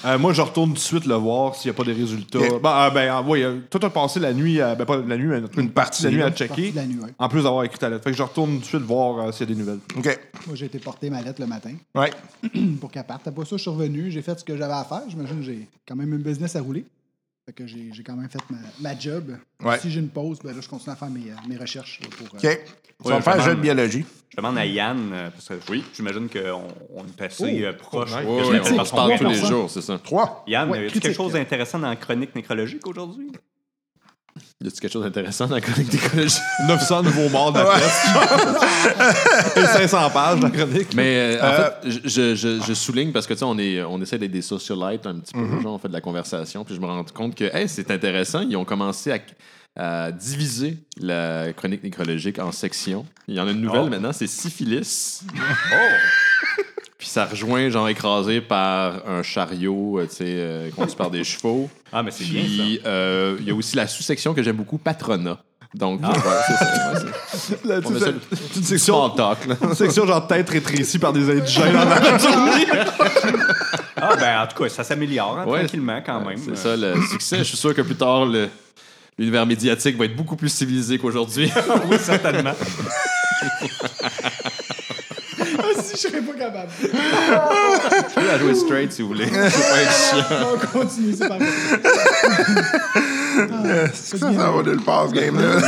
D: Euh, moi, je retourne tout de suite le voir s'il n'y a pas des résultats.
B: Yeah.
D: Ben, ah, ben, ah, oui, euh, toi, t'as passé la nuit, à- ben, pas la nuit, mais notre-
B: Une partie.
D: de la nuit à
B: Une
D: checker.
C: de la nuit, ouais.
D: En plus d'avoir écrit ta lettre. Fait que je retourne tout de suite voir euh, s'il y a des nouvelles.
B: OK.
C: Moi, j'ai été porter ma lettre le matin
B: Ouais.
C: pour qu'elle parte. Après ça, je suis revenu, j'ai fait ce que j'avais à faire. J'imagine que j'ai quand même une business à rouler. Fait que j'ai j'ai quand même fait ma, ma job.
B: Ouais.
C: Si j'ai une pause, ben là, je continue à faire mes, euh, mes recherches. là, pour, euh,
B: OK.
C: (laughs)
B: On va
E: je
B: faire un jeu de
E: demande.
B: biologie.
E: Je demande à Yann, euh, parce que oui. j'imagine qu'on on est assez euh, proche.
D: nice.
E: que
A: Oh, Ouais,
E: je
A: ouais,
E: m'appelle
A: on
E: par
A: se
E: son
A: parle
E: vrai
A: tous
E: nom.
A: les jours, c'est ça.
B: Trois.
E: Yann,
C: Ouais,
E: y a
C: critique,
E: quelque chose
C: euh.
E: d'intéressant dans la chronique nécrologique aujourd'hui?
A: Y a-tu quelque chose d'intéressant dans la chronique d'écologie?
D: 900 nouveaux morts de la peste. Et 500 pages, la chronique.
A: (laughs) Mais euh, en fait, je, je- je- je souligne parce que tu sais, on, est, on essaie d'être des socialites un petit peu, genre, on fait de la conversation, puis je me rends compte que hey, c'est intéressant, ils ont commencé à, à diviser la chronique nécrologique en sections. Il y en a une nouvelle
E: Oh.
A: maintenant, c'est syphilis. Puis ça rejoint, genre, écrasé par un chariot, euh, tu sais, euh, conduit par des chevaux.
E: Ah, mais c'est bien ça.
A: Puis euh, il y a aussi la sous-section que j'aime beaucoup, patronat. Donc, voilà, c'est ça. ouais, c'est-
D: Là,
A: on
D: tu
A: a
D: sais,
A: ça-
D: une
A: Small
D: section,
A: talk, là.
D: une section genre tête rétrécie par des indigènes en arrière du lit.
E: Ah, ben, en tout cas, ça s'améliore hein,
A: Ouais. ben.
E: tranquillement quand même.
A: C'est ça le succès. Je suis sûr que plus tard, le- l'univers médiatique va être beaucoup plus civilisé (laughs) qu'aujourd'hui.
E: oui, certainement.
C: Ah, si je serais pas capable.
A: Je peux la jouer straight si vous voulez.
C: on continue,
B: (laughs)
C: c'est pas vrai. Ah,
B: Ça, ça va nulle part, ce game-là.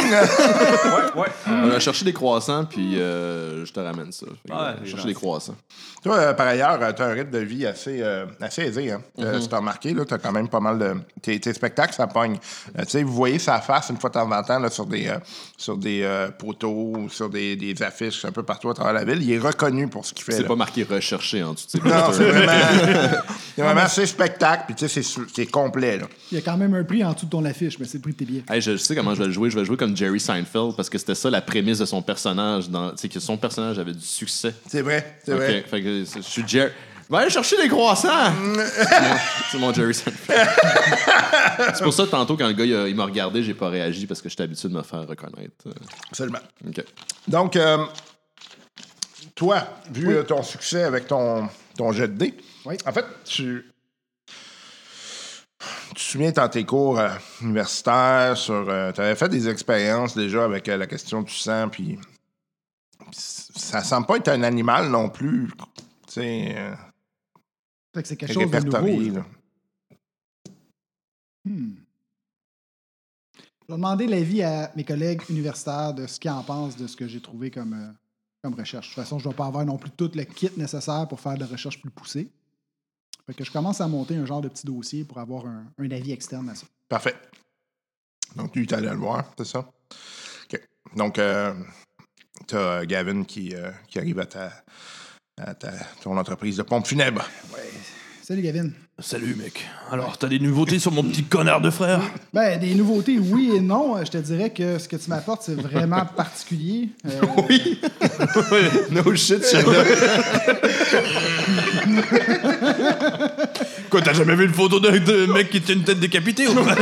E: ouais, ouais.
A: On a cherché des croissants, puis euh, je te ramène ça. Fait que,
E: Ouais,
A: euh,
E: c'est
A: chercher
E: gentil.
A: des croissants.
B: Toi, euh, par ailleurs, tu as un rythme de vie assez, euh, assez aisé. Hein?
A: Mm-hmm.
B: Euh, si t'as remarqué, tu as quand même pas mal de. Tes, tes spectacles, ça pogne. Euh, tu sais, vous voyez sa face une fois de temps en temps là, sur des, euh, sur des euh, poteaux, ou sur des, des affiches un peu partout à travers la ville. Il est reconnu pour ce qu'il fait.
A: C'est
B: là.
A: pas marqué recherché en dessous. de ces
B: Non,
A: (laughs) posters.
B: c'est vraiment. c'est vraiment assez spectacle, puis tu sais, c'est su- c'est complet. Là.
C: Il y a quand même un prix en dessous de ton affiche, mais c'est le prix de tes billets.
A: Hey, je, je sais comment je vais le jouer. Je vais le jouer comme Jerry Seinfeld parce que c'était ça la prémisse de son personnage. dans- tu sais, que son personnage avait du succès.
B: C'est vrai, c'est
A: Ok,
B: vrai.
A: fait que je suis Jerry. Va aller chercher des croissants! (laughs) c'est mon Jerry Seinfeld. c'est pour ça, tantôt, quand le gars il, a- il m'a regardé, j'ai pas réagi parce que j'étais habitué de me faire reconnaître. Euh,
B: Absolument.
A: Ok.
B: Donc, euh, toi, vu euh, ton succès avec ton, ton jet de dés,
C: Oui.
B: en fait, tu. Tu te souviens dans tes cours euh, universitaires sur. euh, tu avais fait des expériences déjà avec euh, la question du sang, puis. puis Ça semble pas être un animal non plus. Tu sais, euh,
C: Fait que c'est quelque chose de nouveau.
B: répertorié.
C: là.
B: là.
C: Hmm. Je vais demander l'avis à mes collègues universitaires de ce qu'ils en pensent de ce que j'ai trouvé comme, euh, comme recherche. De toute façon, je ne vais pas avoir non plus tout le kit nécessaire pour faire de la recherche plus poussée. Fait que je commence à monter un genre de petit dossier pour avoir un, un avis externe à ça.
B: Parfait. Donc, tu es allé le voir, c'est ça? OK. Donc, euh, tu as Gavin qui, euh, qui arrive à, ta, à ta- ton entreprise de pompe funèbre.
C: Salut, Gavin.
D: Salut, mec. Alors, t'as des nouveautés sur mon petit connard de frère
C: Ben, des nouveautés, oui et non. Euh, Je te dirais que ce que tu m'apportes, c'est (laughs) vraiment particulier. Euh, (laughs)
A: No shit, Sheldon.
D: Quoi, t'as jamais vu une photo d'un de mec qui tient une tête décapitée ou quoi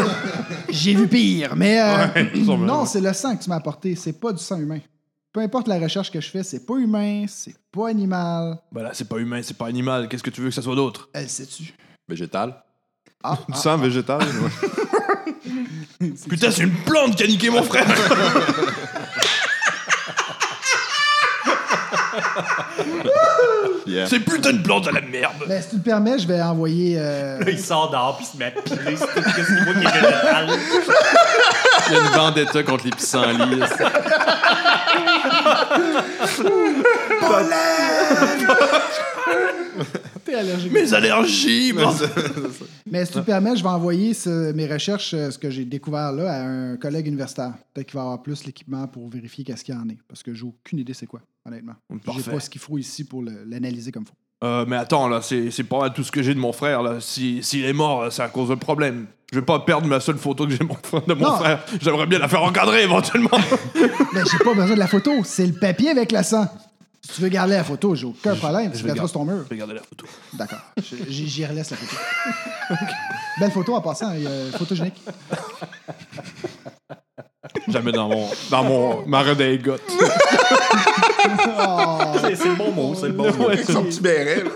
C: J'ai vu pire, mais. euh, (clears throat)
D: Ouais, sûrement.
C: non, c'est le sang que tu m'as apporté. C'est pas du sang humain. Peu importe la recherche que je fais, c'est pas humain, c'est pas animal.
D: Bah là, c'est pas humain, c'est pas animal. Qu'est-ce que tu veux que ça soit d'autre
C: Elle sais-tu?
A: Végétal.
C: Ah,
D: Du sang végétal. Putain, c'est une plante qui a niqué mon frère
A: Yeah.
D: C'est putain de plante à la merde
C: Ben, si tu le permets, je vais envoyer. euh,
E: Là, (laughs) il sort dehors puis il se met à piler sur tout ce qu'il voit qui est végétal.
A: (laughs) Il y a une vendetta contre les pissenlits.
C: T'es allergique.
D: Mes allergies merde.
C: Mais si tu me permets, je vais envoyer ce- mes recherches, euh, ce que j'ai découvert là, à un collègue universitaire. Peut-être qu'il va avoir plus l'équipement pour vérifier qu'est-ce qu'il y en est. Parce que j'ai aucune idée c'est quoi, honnêtement. J'ai
D: Parfait.
C: pas ce qu'il faut ici pour le- l'analyser comme faut.
D: Euh, mais attends, là, c'est c'est pas mal tout ce que j'ai de mon frère, là. Si- S'il est mort, là, c'est à cause d'un problème. Je vais pas perdre ma seule photo que j'ai de mon frère- de mon
C: Non.
D: frère. J'aimerais bien la faire encadrer éventuellement.
C: Mais j'ai pas besoin de la photo, c'est le papier avec le sang. Si tu veux garder la photo, j'ai aucun problème. Tu
D: vais
C: mettras
D: garder.
C: sur ton mur.
D: Je vais garder la photo.
C: D'accord. Je- J'y j'y relaisse la photo. (laughs) Belle photo en passant, euh, photogénique.
D: Jamais dans mon. dans mon. ma redingote.
C: Oh,
E: (laughs) C'est c'est le bon mot, c'est le bon
D: (laughs)
E: mot.
D: Ouais,
B: Son petit béret, là.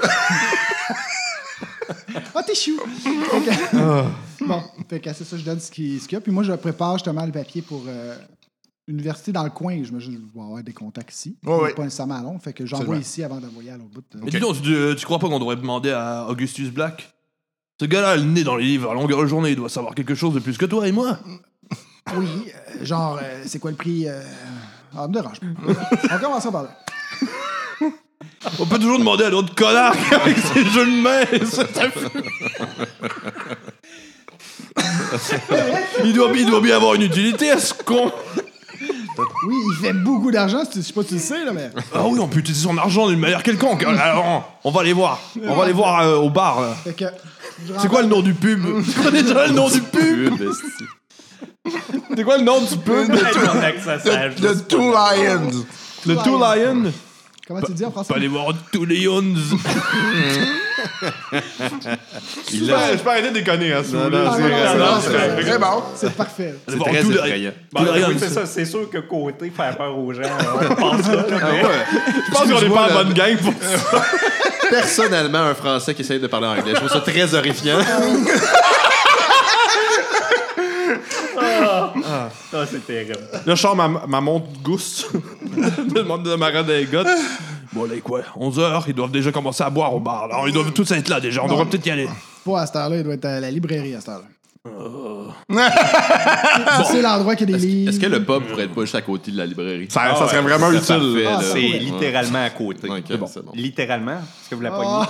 C: Ah,
B: (laughs)
C: t'es chou! Fait
B: Ah.
C: que- bon, fait que c'est ça, je donne ce qui- ce qu'il y a. Puis moi, je prépare justement le papier pour euh, l'université dans le coin. Je me dis, je vais avoir des contacts ici.
B: Ouais,
C: mais
B: ouais.
C: Pas nécessairement à Londres. Fait que j'envoie
B: Absolument.
C: ici avant d'envoyer à l'autre bout. euh.
D: Mais dis donc, tu, tu crois pas qu'on devrait demander à Augustus Black Ce gars-là, a le nez dans les livres à longueur de journée, il doit savoir quelque chose de plus que toi et moi.
C: Oui, euh, genre, euh, c'est quoi le prix? euh, Ah, me dérange pas.
B: Mm.
C: On commence par là.
D: On peut toujours demander à l'autre connard (laughs) qui, avec ses jeux de main. et cet affût. il, doit, il doit bien avoir une utilité à ce con.
C: Oui, il fait beaucoup d'argent, si tu- je sais pas si tu le sais, là, mais.
D: Ah oui, on peut utiliser son argent d'une manière quelconque. Alors, on va aller voir. On va aller voir euh, au bar. euh.
C: Fait que. je
D: C'est quoi le nom
A: (laughs)
D: du pub Tu connais déjà le nom du pub
A: Pub, esti.
D: C'est quoi le nom du pub
E: Tabarnak, ça sage.
B: Le Two Lions.
D: Le Two Lion
C: rentre- Comment tu dis en français?
D: Pas aller voir Two Lions.
A: Il l'a-
D: peux arrêter de déconner, hein,
A: Non, non,
C: Ah, non, non,
A: c'est-
C: non, non,
B: c'est
C: c'est-
B: très bon.
C: C'est parfait.
A: C'est très effrayant.
E: Bon, ben, oui, c'est ça, c'est sûr que côté faire peur aux gens, on pense ça.
A: Ah,
E: là, mais-
D: Je pense qu'on est
A: Excuse-moi,
D: pas
A: là.
D: en bonne gang pour ça.
A: Personnellement, un Français qui essaye de parler anglais, je trouve ça très horrifiant.
E: Ah, c'est terrible.
D: Là, je sors ma, ma montre (laughs) gousse. Je demande de ma redingote. Bon, là, quoi 11h, ils doivent déjà commencer à boire au bar. Là. Ils doivent tous être là déjà. On devrait peut-être y aller.
C: Pas à cette heure-là, il doit être à la librairie à cette heure-là. Ça, C'est l'endroit qui a des livres.
A: Est-ce que le pub pourrait être pas juste à côté de la librairie?
B: Ça, ça serait vraiment
A: C'est
B: utile.
A: parfait,
C: Ah,
A: là.
C: ça,
E: C'est
C: ouais.
E: littéralement à côté.
A: Ouais, ok,
E: C'est bon.
A: c'est bon. Ah!
E: Littéralement, est-ce que vous la poignez?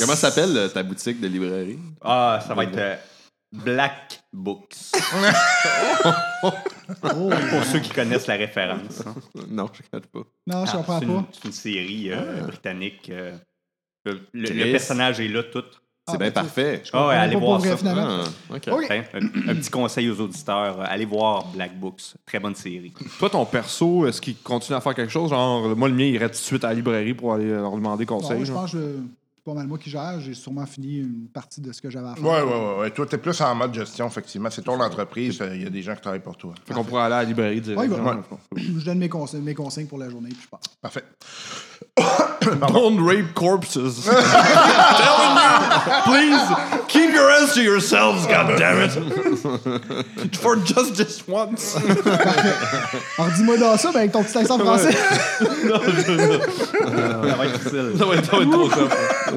A: Comment s'appelle euh, ta boutique de librairie?
E: Ah, ça va être euh, Black
A: (laughs)
E: Books. Pour ceux qui connaissent la référence. hein.
A: Non, je ne pas.
C: Non, je comprends
E: Ah, c'est une,
C: pas.
E: c'est une série euh, britannique. euh, le, le
A: Chris.
E: personnage est là tout.
A: C'est
C: Ah,
A: bien
C: ben,
A: parfait.
E: Ah ouais,
C: comprends
E: allez
C: pas
E: voir
C: pour vrai,
E: ça.
C: finalement.
A: Ah, ok.
C: Oui.
E: Hein, Un, un petit conseil aux auditeurs, euh, allez voir Black Books, très bonne série.
D: Toi, ton perso, est-ce qu'il continue à faire quelque chose Genre, moi, le mien, il irait tout de suite à la librairie pour aller euh, leur demander
C: Bon, moi, je pense que je- c'est pas mal moi qui gère. J'ai sûrement fini une partie de ce que j'avais à faire.
B: Ouais, ouais, ouais, ouais. Toi, t'es plus en mode gestion, effectivement. C'est ton entreprise. euh, Il y a des gens qui travaillent pour toi.
D: Fait qu'on pourrait aller à la librairie direct.
C: Ouais, il va-
D: genre.
C: (clears throat) Je donne mes consignes, mes consignes pour la journée, puis je pars.
B: Parfait.
D: Don't rape
C: (laughs)
D: corpses. Telling you, please keep your ass to yourselves, goddammit. (laughs) For just this once.
C: Alors, dis-moi dans ça, ben, avec ton petit accent français.
E: Ça va être difficile.
D: Ça va être ça va être trop simple.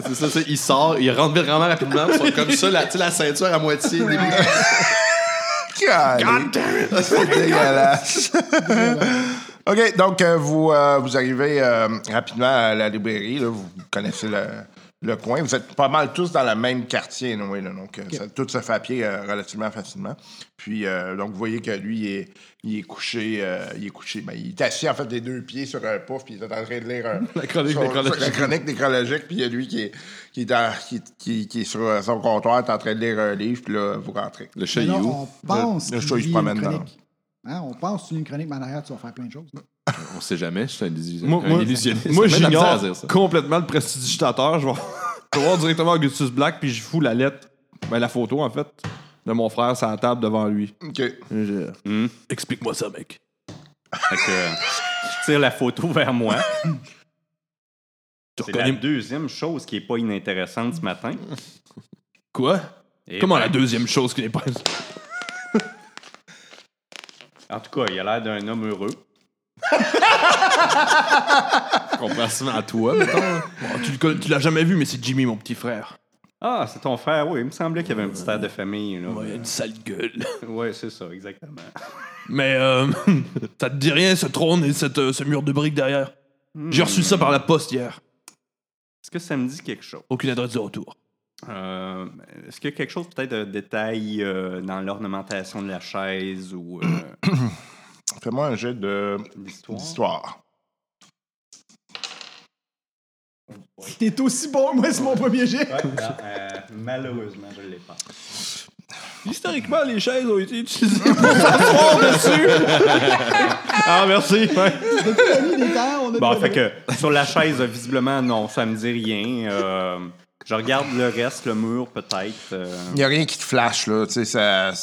A: C'est ça, c'est- il sort, il rentre vraiment rapidement, ils sont comme ça, la, tu sais, la ceinture à moitié. début.
B: God damn it! C'est dégueulasse. (laughs) OK, donc euh, vous, euh, vous arrivez euh, rapidement à la librairie. là. vous connaissez le, le coin. Vous êtes pas mal tous dans le même quartier, anyway, là. donc euh, ça- tout se fait à pied euh, relativement facilement. Puis, euh, donc, vous voyez que lui, il est, il est couché. euh, il est couché. Ben, il est assis, en fait, des deux pieds sur un pouf, puis il est en train de lire un-
D: La chronique
B: son-
D: nécrologique.
B: la chronique nécrologique. Puis, il y a lui qui est, qui, est dans- qui, qui- qui est sur euh, son comptoir, est en train de lire un livre, puis là, vous rentrez.
A: Le
C: Mais (laughs)
A: chat, il est
C: là,
A: où?
C: on pense
B: Le- le
C: qu'il
B: show, il se
C: lit une
B: promène dans-
C: chronique. Hein, on pense que tu lis une chronique, mais en arrière, tu vas faire plein de choses.
A: On sait jamais, je suis un, illusion-
D: Moi,
A: un
D: moi-
A: illusionniste.
D: moi,
A: Ça me fait de la misère à
D: j'ignore
A: dire ça.
D: complètement le prestidigitateur. Je vais (laughs) je vais voir directement Augustus Black, puis je fous la lettre, ben, la photo, en fait, de mon frère sur la table devant lui.
B: OK.
D: Je-
E: Hmm.
D: Explique-moi ça, mec.
E: Fait que, euh, je tire la photo vers moi. C'est la
D: reconnais-
E: deuxième chose qui est pas inintéressante ce matin.
D: Quoi?
E: Et
D: Comment
E: ben,
D: la deuxième chose qui n'est pas...
E: En tout cas, il a l'air d'un homme heureux.
A: Comparativement à (laughs) toi, mettons.
D: Oh, tu le connais- tu l'as jamais vu, mais c'est Jimmy, mon petit frère.
E: Ah, c'est ton frère, oui. Il me semblait qu'il y avait un petit air de famille. Là.
D: Ouais, il a une sale gueule. (laughs)
E: Ouais, c'est ça, exactement.
D: Mais euh, (laughs) ça te dit rien, ce trône et cette, euh, ce mur de briques derrière? J'ai reçu ça par la poste hier.
E: Est-ce que ça me dit quelque chose?
D: Aucune adresse de retour.
E: Euh, Est-ce qu'il y a quelque chose peut-être de détail euh, dans l'ornementation de la chaise ou (coughs) euh,
B: Fais-moi un jet de
E: l'histoire?
B: d'histoire.
C: T'es aussi bon, moi, c'est mon premier jet.
E: Ouais, non, euh, malheureusement, je ne l'ai pas.
D: Historiquement, les chaises ont été utilisées pour s'asseoir (laughs) dessus. ah, merci.
C: Depuis la nuit des temps, on a
E: Bon,
C: des-
E: fait que sur la chaise, visiblement, non, ça me dit rien. Euh, je regarde le reste, le mur, peut-être. euh,
B: Il n'y a rien qui te flash, là. Tu sais, ça.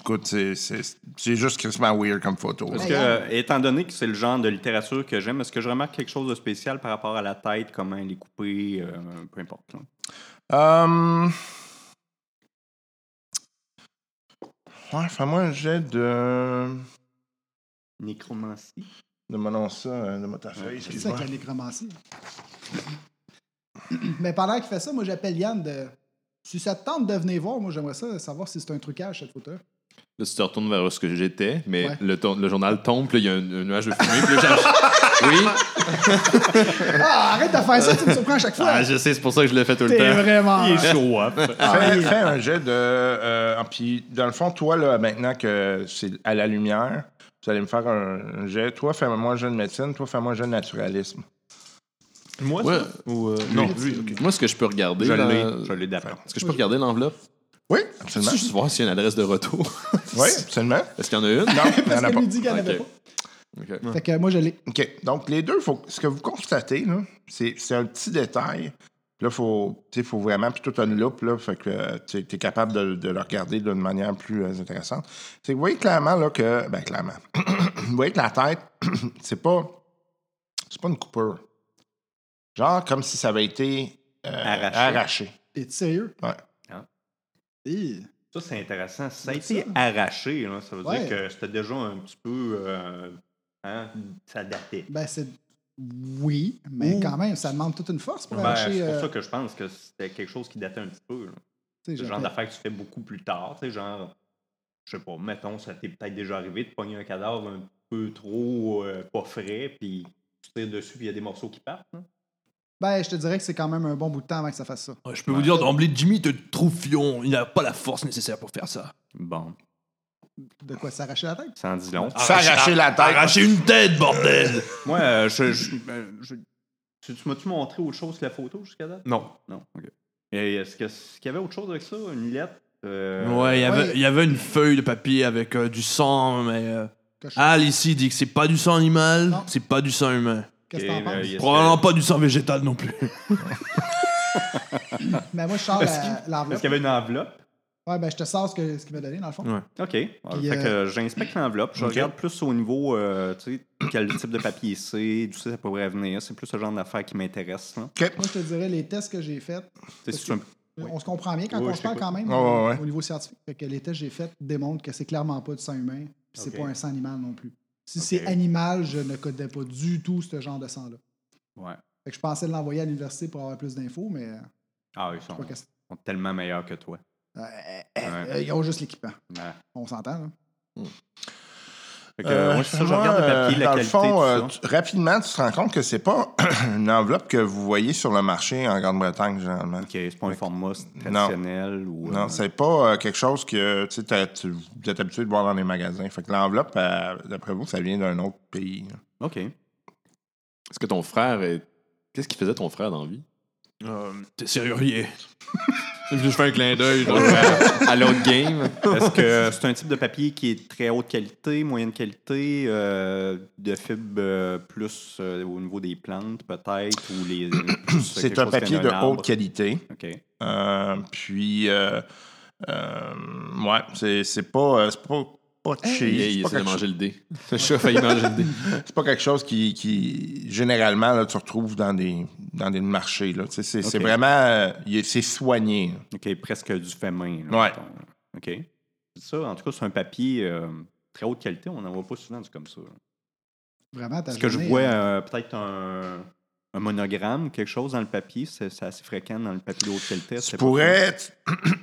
B: Écoute, c'est- c'est c'est juste crissement weird comme photo.
E: Est-ce que, euh, étant donné que c'est le genre de littérature que j'aime, est-ce que je remarque quelque chose de spécial par rapport à la tête, comment elle est coupée, euh, peu importe. là.
B: Hum. Ouais, fais-moi un jet de.
E: Nécromancie.
B: Demandons ça, euh, de ta feuille,
C: C'est ça
B: excuse-moi.
C: que la nécromancie. (clears throat) Mais pendant qu'il fait ça, moi, j'appelle Yann de. Si ça te tente de venir voir, moi, j'aimerais ça savoir si c'est un trucage, cette photo.
A: Là, tu te retournes vers ce que j'étais, mais
C: Ouais.
A: le, ton- le journal tombe, puis là, il y a un, un nuage de fumée, puis là, j'ach- (laughs) Oui,
C: Ah, arrête de faire ça, tu me surprends à chaque
E: (laughs)
C: fois.
A: ah, je sais, c'est pour ça que je l'ai fait tout le
C: T'es
A: temps.
C: vraiment.
E: chaud,
B: Ah, Fais, fais un jet de. euh, puis, dans le fond, toi, là, maintenant que c'est à la lumière, vous allez me faire un, un jet. Toi, fais-moi un jet de médecine. Toi, fais-moi un jet de naturalisme.
D: Moi,
A: Ouais.
D: Ou, euh,
A: Non, Moi, ce que je peux regarder.
E: Je
A: dans-
E: l'ai, je l'ai d'après.
A: Est-ce que je peux regarder l'enveloppe?
B: Oui,
A: Je
B: absolument.
A: veux juste voir s'il y a une adresse de retour.
B: Oui, (laughs) absolument.
A: Est-ce qu'il y en a une?
B: Non, il y en
C: Parce
B: a
C: qu'elle
B: pas.
C: nous dit qu'elle
A: Ok.
C: n'avait pas.
A: Ok.
C: Fait que moi, je l'ai.
B: OK. Donc, les deux, faut, ce que vous constatez, là, c'est, c'est un petit détail. Là, faut, il faut vraiment, puis tout une loupe, là, fait que euh, tu es capable de, de le regarder d'une manière plus euh, intéressante. C'est que vous voyez clairement là, que. Ben, clairement. (coughs) vous voyez que la tête, (coughs) c'est pas. C'est pas une coupure. Genre comme si ça avait été euh,
E: Arraché.
B: arraché.
C: T'es sérieux? Eh,
B: Ouais.
E: Ah.
C: Hi.
E: Ça, c'est intéressant. Ça a
C: C'est
E: été
C: ça.
E: arraché. là. Ça veut
C: Ouais.
E: dire que c'était déjà un petit peu. euh, hein, ça datait.
C: Ben, c'est. Oui, mais quand même, ça demande toute une force pour
E: Ben,
C: arracher.
E: c'est pour
C: euh,
E: ça que je pense que c'était quelque chose qui datait un petit peu. là.
C: tu sais,
E: C'est le
C: j'ai
E: genre
C: fait-
E: d'affaires que tu fais beaucoup plus tard. Tu sais, genre, je sais pas, mettons, ça t'est peut-être déjà arrivé de pogner un cadavre un peu trop euh, pas frais, puis tu tires dessus, puis il y a des morceaux qui partent. hein.
C: Ben, je te dirais que c'est quand même un bon bout de temps avant que ça fasse ça.
D: je peux vous dire d'emblée, Jimmy te trouve fion. Il n'a pas la force nécessaire pour faire ça.
E: Bon,
C: De quoi s'arracher la tête?
E: ça en dit long.
B: S'arracher la tête.
D: Arracher une tête, bordel!
E: Moi, euh, je. je- euh, je- tu tu m'as-tu montré autre chose que la photo jusqu'à date?
D: Non.
E: Non, ok. Et est-ce que- est-ce qu'il y avait autre chose avec ça? Une lettre? euh,
D: Ouais, il y
C: Ouais.
D: avait- il y avait une feuille de papier avec euh, du sang, mais. euh,
C: Que
E: Ah,
C: je-
D: Al ici dit que c'est pas du sang animal,
C: Non.
D: c'est pas du sang humain.
C: Qu'est-ce que
E: ok,
C: t'en
E: euh,
C: penses?
E: il y a-
D: Probablement pas du sang végétal non plus.
C: Mais Ben, moi, je sors
E: Est-ce
C: la-
E: Est-ce
C: l'enveloppe.
E: qu'il y avait une enveloppe?
C: Ouais, ben, je te sors ce que- ce qu'il m'a donné, dans le fond.
E: OK. Alors,
C: Puis,
E: fait
C: euh,
E: que
C: (clears throat)
E: j'inspecte l'enveloppe. Je
D: OK.
E: regarde plus au niveau, euh, tu sais, (clears throat) quel type de papier c'est, d'où ça pourrait venir. C'est plus ce genre d'affaires qui m'intéresse. là.
B: OK.
C: Moi, je te dirais les tests que j'ai faits.
E: Tu sais, si tu veux- Oui.
C: On se comprend bien quand
E: Oui,
C: on
E: je
C: se parle
E: t'écoute.
C: quand même
B: Ouais,
C: euh,
B: ouais, ouais.
C: au niveau scientifique. Fait que les tests que j'ai faits démontrent que c'est clairement pas du sang humain, puis c'est
E: Ok.
C: pas un sang animal non plus. Si
E: Ok.
C: c'est animal, je ne connais pas du tout ce genre de sang-là.
E: Ouais.
C: Fait que je pensais l'envoyer à l'université pour avoir plus d'infos, mais euh,
E: Ah, ils
C: je
E: sont,
C: crois que c'est-
E: sont tellement meilleurs que toi.
C: Euh, euh,
E: Ouais.
C: euh, ils ont juste l'équipement.
E: Ouais.
C: On s'entend, là.
E: Fait que,
B: Euh,
E: ouais, c'est ça, je
B: moi,
E: regarde le papier,
B: euh,
E: la
B: dans
E: qualité,
B: le fond,
E: tout
B: euh,
E: ça.
B: tu- rapidement, tu te rends compte que c'est pas (coughs) une enveloppe que vous voyez sur le marché en Grande-Bretagne, généralement.
E: Ok, c'est pas un format traditionnel ou. euh,
B: Non, c'est pas euh, quelque chose que tu sais, t'as- tu- vous êtes habitué de voir dans les magasins. Fait que l'enveloppe, euh, d'après vous, ça vient d'un autre pays. là. (laughs)
E: Ok.
A: Est-ce que ton frère est. Qu'est-ce qu'il faisait ton frère dans la vie?
D: Euh, T'es serrurier.
A: (laughs)
D: je fais un clin d'œil. genre.
A: à l'autre game.
E: Est-ce que c'est un type de papier qui est très haute qualité, moyenne qualité, euh, de fibres euh, plus euh, au niveau des plantes peut-être ou les. plus
B: C'est
E: quelque
B: un
E: chose qui
B: papier
E: vient
B: de
E: d'un
B: haute
E: arbre?
B: qualité.
E: Ok.
B: Euh, puis, euh, euh, ouais, c'est- c'est pas, euh, c'est pas, pas cheap.
A: Il,
B: c'est
A: il
B: pas
A: essaie de
B: quelque
A: manger le dé. Le chat a failli manger le dé.
B: c'est pas quelque chose qui, qui généralement, là, tu retrouves dans des, dans des marchés. là. Tu sais, C'est c'est
E: Ok.
B: vraiment... euh, il est- c'est soigné. là.
E: Ok, presque du fait main. là,
B: Ouais.
E: mettons. Ok. C'est ça, en tout cas, c'est un papier euh, très haute qualité. On n'en voit pas souvent du comme ça.
C: Vraiment, ta
E: Est-ce que je
C: journée,
E: vois
C: euh,
E: euh, peut-être un, un monogramme, quelque chose dans le papier? C'est c'est assez fréquent dans le papier de haute qualité.
B: Tu
E: c'est pas
B: pourrais, (clears throat)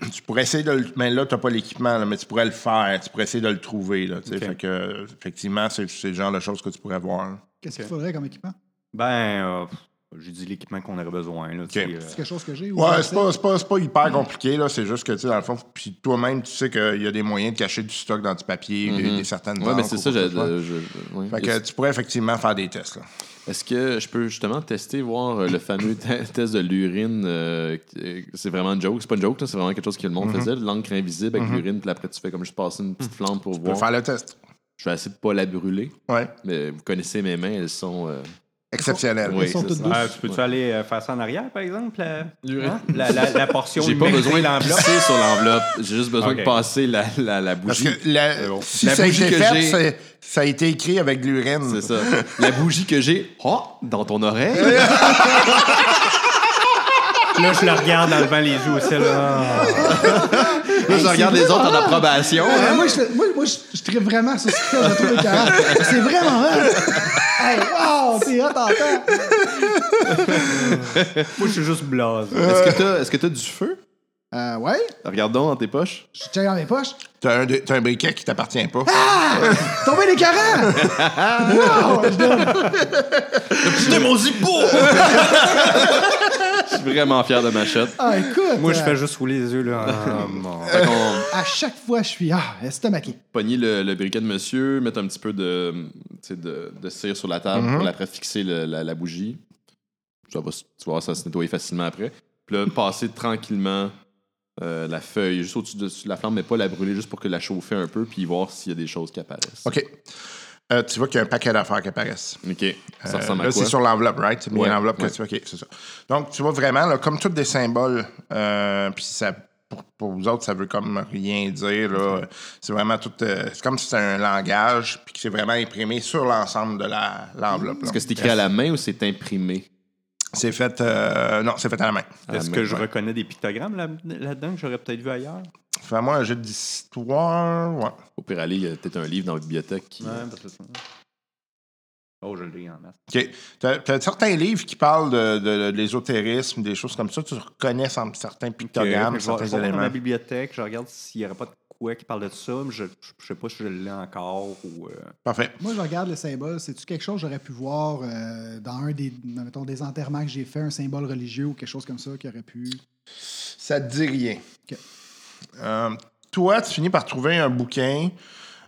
B: tu, tu pourrais essayer de le... Mais là, t'as pas l'équipement, là, mais tu pourrais le faire. Tu pourrais essayer de le trouver. Là, tu sais.
E: Ok.
B: Fait que, euh, effectivement, c'est c'est le genre de choses que tu pourrais voir. là.
C: Qu'est-ce
E: Ok.
C: qu'il faudrait comme équipement?
E: Ben, euh, pff, j'ai dit l'équipement qu'on aurait besoin. Là, tu sais, euh,
C: C'est quelque chose que j'ai? ou
B: Ouais,
C: je
B: c'est
C: sais?
B: pas, c'est pas, c'est pas hyper compliqué, là. C'est juste que, tu sais, dans le fond, puis toi-même, tu sais qu'il y a des moyens de cacher du stock dans du papier, des-
A: Mhm.
B: des certaines
A: Ouais, mais
B: banques
A: c'est
B: ou
A: ça,
B: quoi que
A: j'ai-
B: ce soit.
A: je- je- ouais.
B: Fait que tu pourrais effectivement faire des tests, là.
A: Est-ce que je peux justement tester, voir euh, le fameux (laughs) te- test de l'urine? euh, qui- euh, c'est vraiment une joke. C'est pas une joke, là, c'est vraiment quelque chose que le monde faisait. L'encre invisible avec l'urine, puis après tu fais comme je passe une petite flamme pour
B: Tu peux
A: voir.
B: faire le test.
A: Je vais essayer de pas la brûler,
B: Ouais.
A: mais vous connaissez mes mains, elles sont. euh,
B: Exceptionnel.
A: oui,
C: sont
A: c'est
C: toutes
A: ça.
C: douces.
E: ah, tu peux-tu aller euh, faire ça en arrière, par exemple? La,
A: L'urine.
E: hein? la, la- la portion
A: J'ai pas
E: humaine
A: besoin
E: de
A: de
E: l'enveloppe.
A: pisser sur l'enveloppe. J'ai juste besoin de
E: Ok.
A: passer la, la, la
B: Parce
A: bougie. Euh,
B: que la-
A: bon.
B: si
A: La
B: ça a été
A: bougie que
B: fait,
A: j'ai-
B: c'est- ça a été écrit avec de l'urine.
A: C'est ça. La bougie que j'ai oh, dans ton oreille.
E: Là, je le regarde en levant les yeux au ciel. là. Ah.
A: Là, je regarde les autres en
D: Ah!
A: approbation.
C: Ouais, Euh, moi, je, moi, moi, je, je tripe vraiment sur ce que je trouve écœurant. C'est vraiment hot.
E: (laughs)
C: Hey, wow, c'est hot en temps.
E: Moi, je suis juste blasé.
A: Est-ce que t'as est-ce que t'as du feu?
C: Euh, ouais,
A: Regarde donc dans tes poches.
C: je tiens dans mes poches.
B: T'as un, de- t'as un briquet qui t'appartient pas.
C: Tombé les
E: (laughs)
C: carrés!
A: C'était mon zippo! Je suis vraiment fier de ma shot.
C: Ah, écoute.
E: Moi, je
C: euh,
E: fais juste rouler les yeux. Là. Ah, mon.
A: Fait qu'on
C: À chaque fois, je suis ah, estomaqué.
A: pogner le, le briquet de monsieur, mettre un petit peu de, tu sais, de, de cire sur la table pour après fixer le- la, la bougie. Ça va, s- tu vas voir, ça se nettoyer facilement après. Puis là, passer tranquillement euh, la feuille juste au-dessus de de la flamme, mais pas la brûler, juste pour que la chauffer un peu, puis voir s'il y a des choses qui apparaissent.
B: OK. Euh, tu vois qu'il y a un paquet d'affaires qui apparaissent.
A: OK. Ça
B: Euh,
A: ressemble à
B: là,
A: quoi?
B: c'est sur l'enveloppe, right? C'est bien
A: Ouais,
B: l'enveloppe que
A: ouais.
B: tu OK, c'est ça. Donc, tu vois vraiment, là, comme tous des symboles, euh, puis ça, pour, pour vous autres, ça veut comme rien dire. là. C'est vraiment tout. euh, c'est comme si c'était un langage, puis que c'est vraiment imprimé sur l'ensemble de la- l'enveloppe. là.
A: Est-ce que c'est écrit à la main ou c'est imprimé?
B: C'est fait. euh, non, c'est fait à la main.
A: À
E: Est-ce
A: la
E: que
A: main,
E: je
A: ouais.
E: reconnais des pictogrammes là- là-dedans que j'aurais peut-être vu ailleurs?
B: Fais-moi un jeu d'histoire. Ouais.
A: Au pire, aller, il y a peut-être un livre dans la bibliothèque qui.
E: Ouais, parce que euh, ça- Oh, je l'ai en masse.
B: OK. T'as t'as certains livres qui parlent de, de- de l'ésotérisme, des choses comme ça. Tu reconnais sans- certains pictogrammes,
E: Ok, Euh, je vais-
B: certains
E: je vais dans
B: éléments.
E: ma bibliothèque, je regarde s'il n'y aurait pas de quoi qui parle de ça, mais je, je sais pas si je l'ai encore ou... euh,
B: Parfait.
C: Moi, je regarde le symbole. C'est-tu quelque chose que j'aurais pu voir euh, dans un des, mettons, des enterrements que j'ai fait, un symbole religieux ou quelque chose comme ça qui aurait pu.
B: Ça te dit rien.
C: OK.
B: Euh, toi, tu finis par trouver un bouquin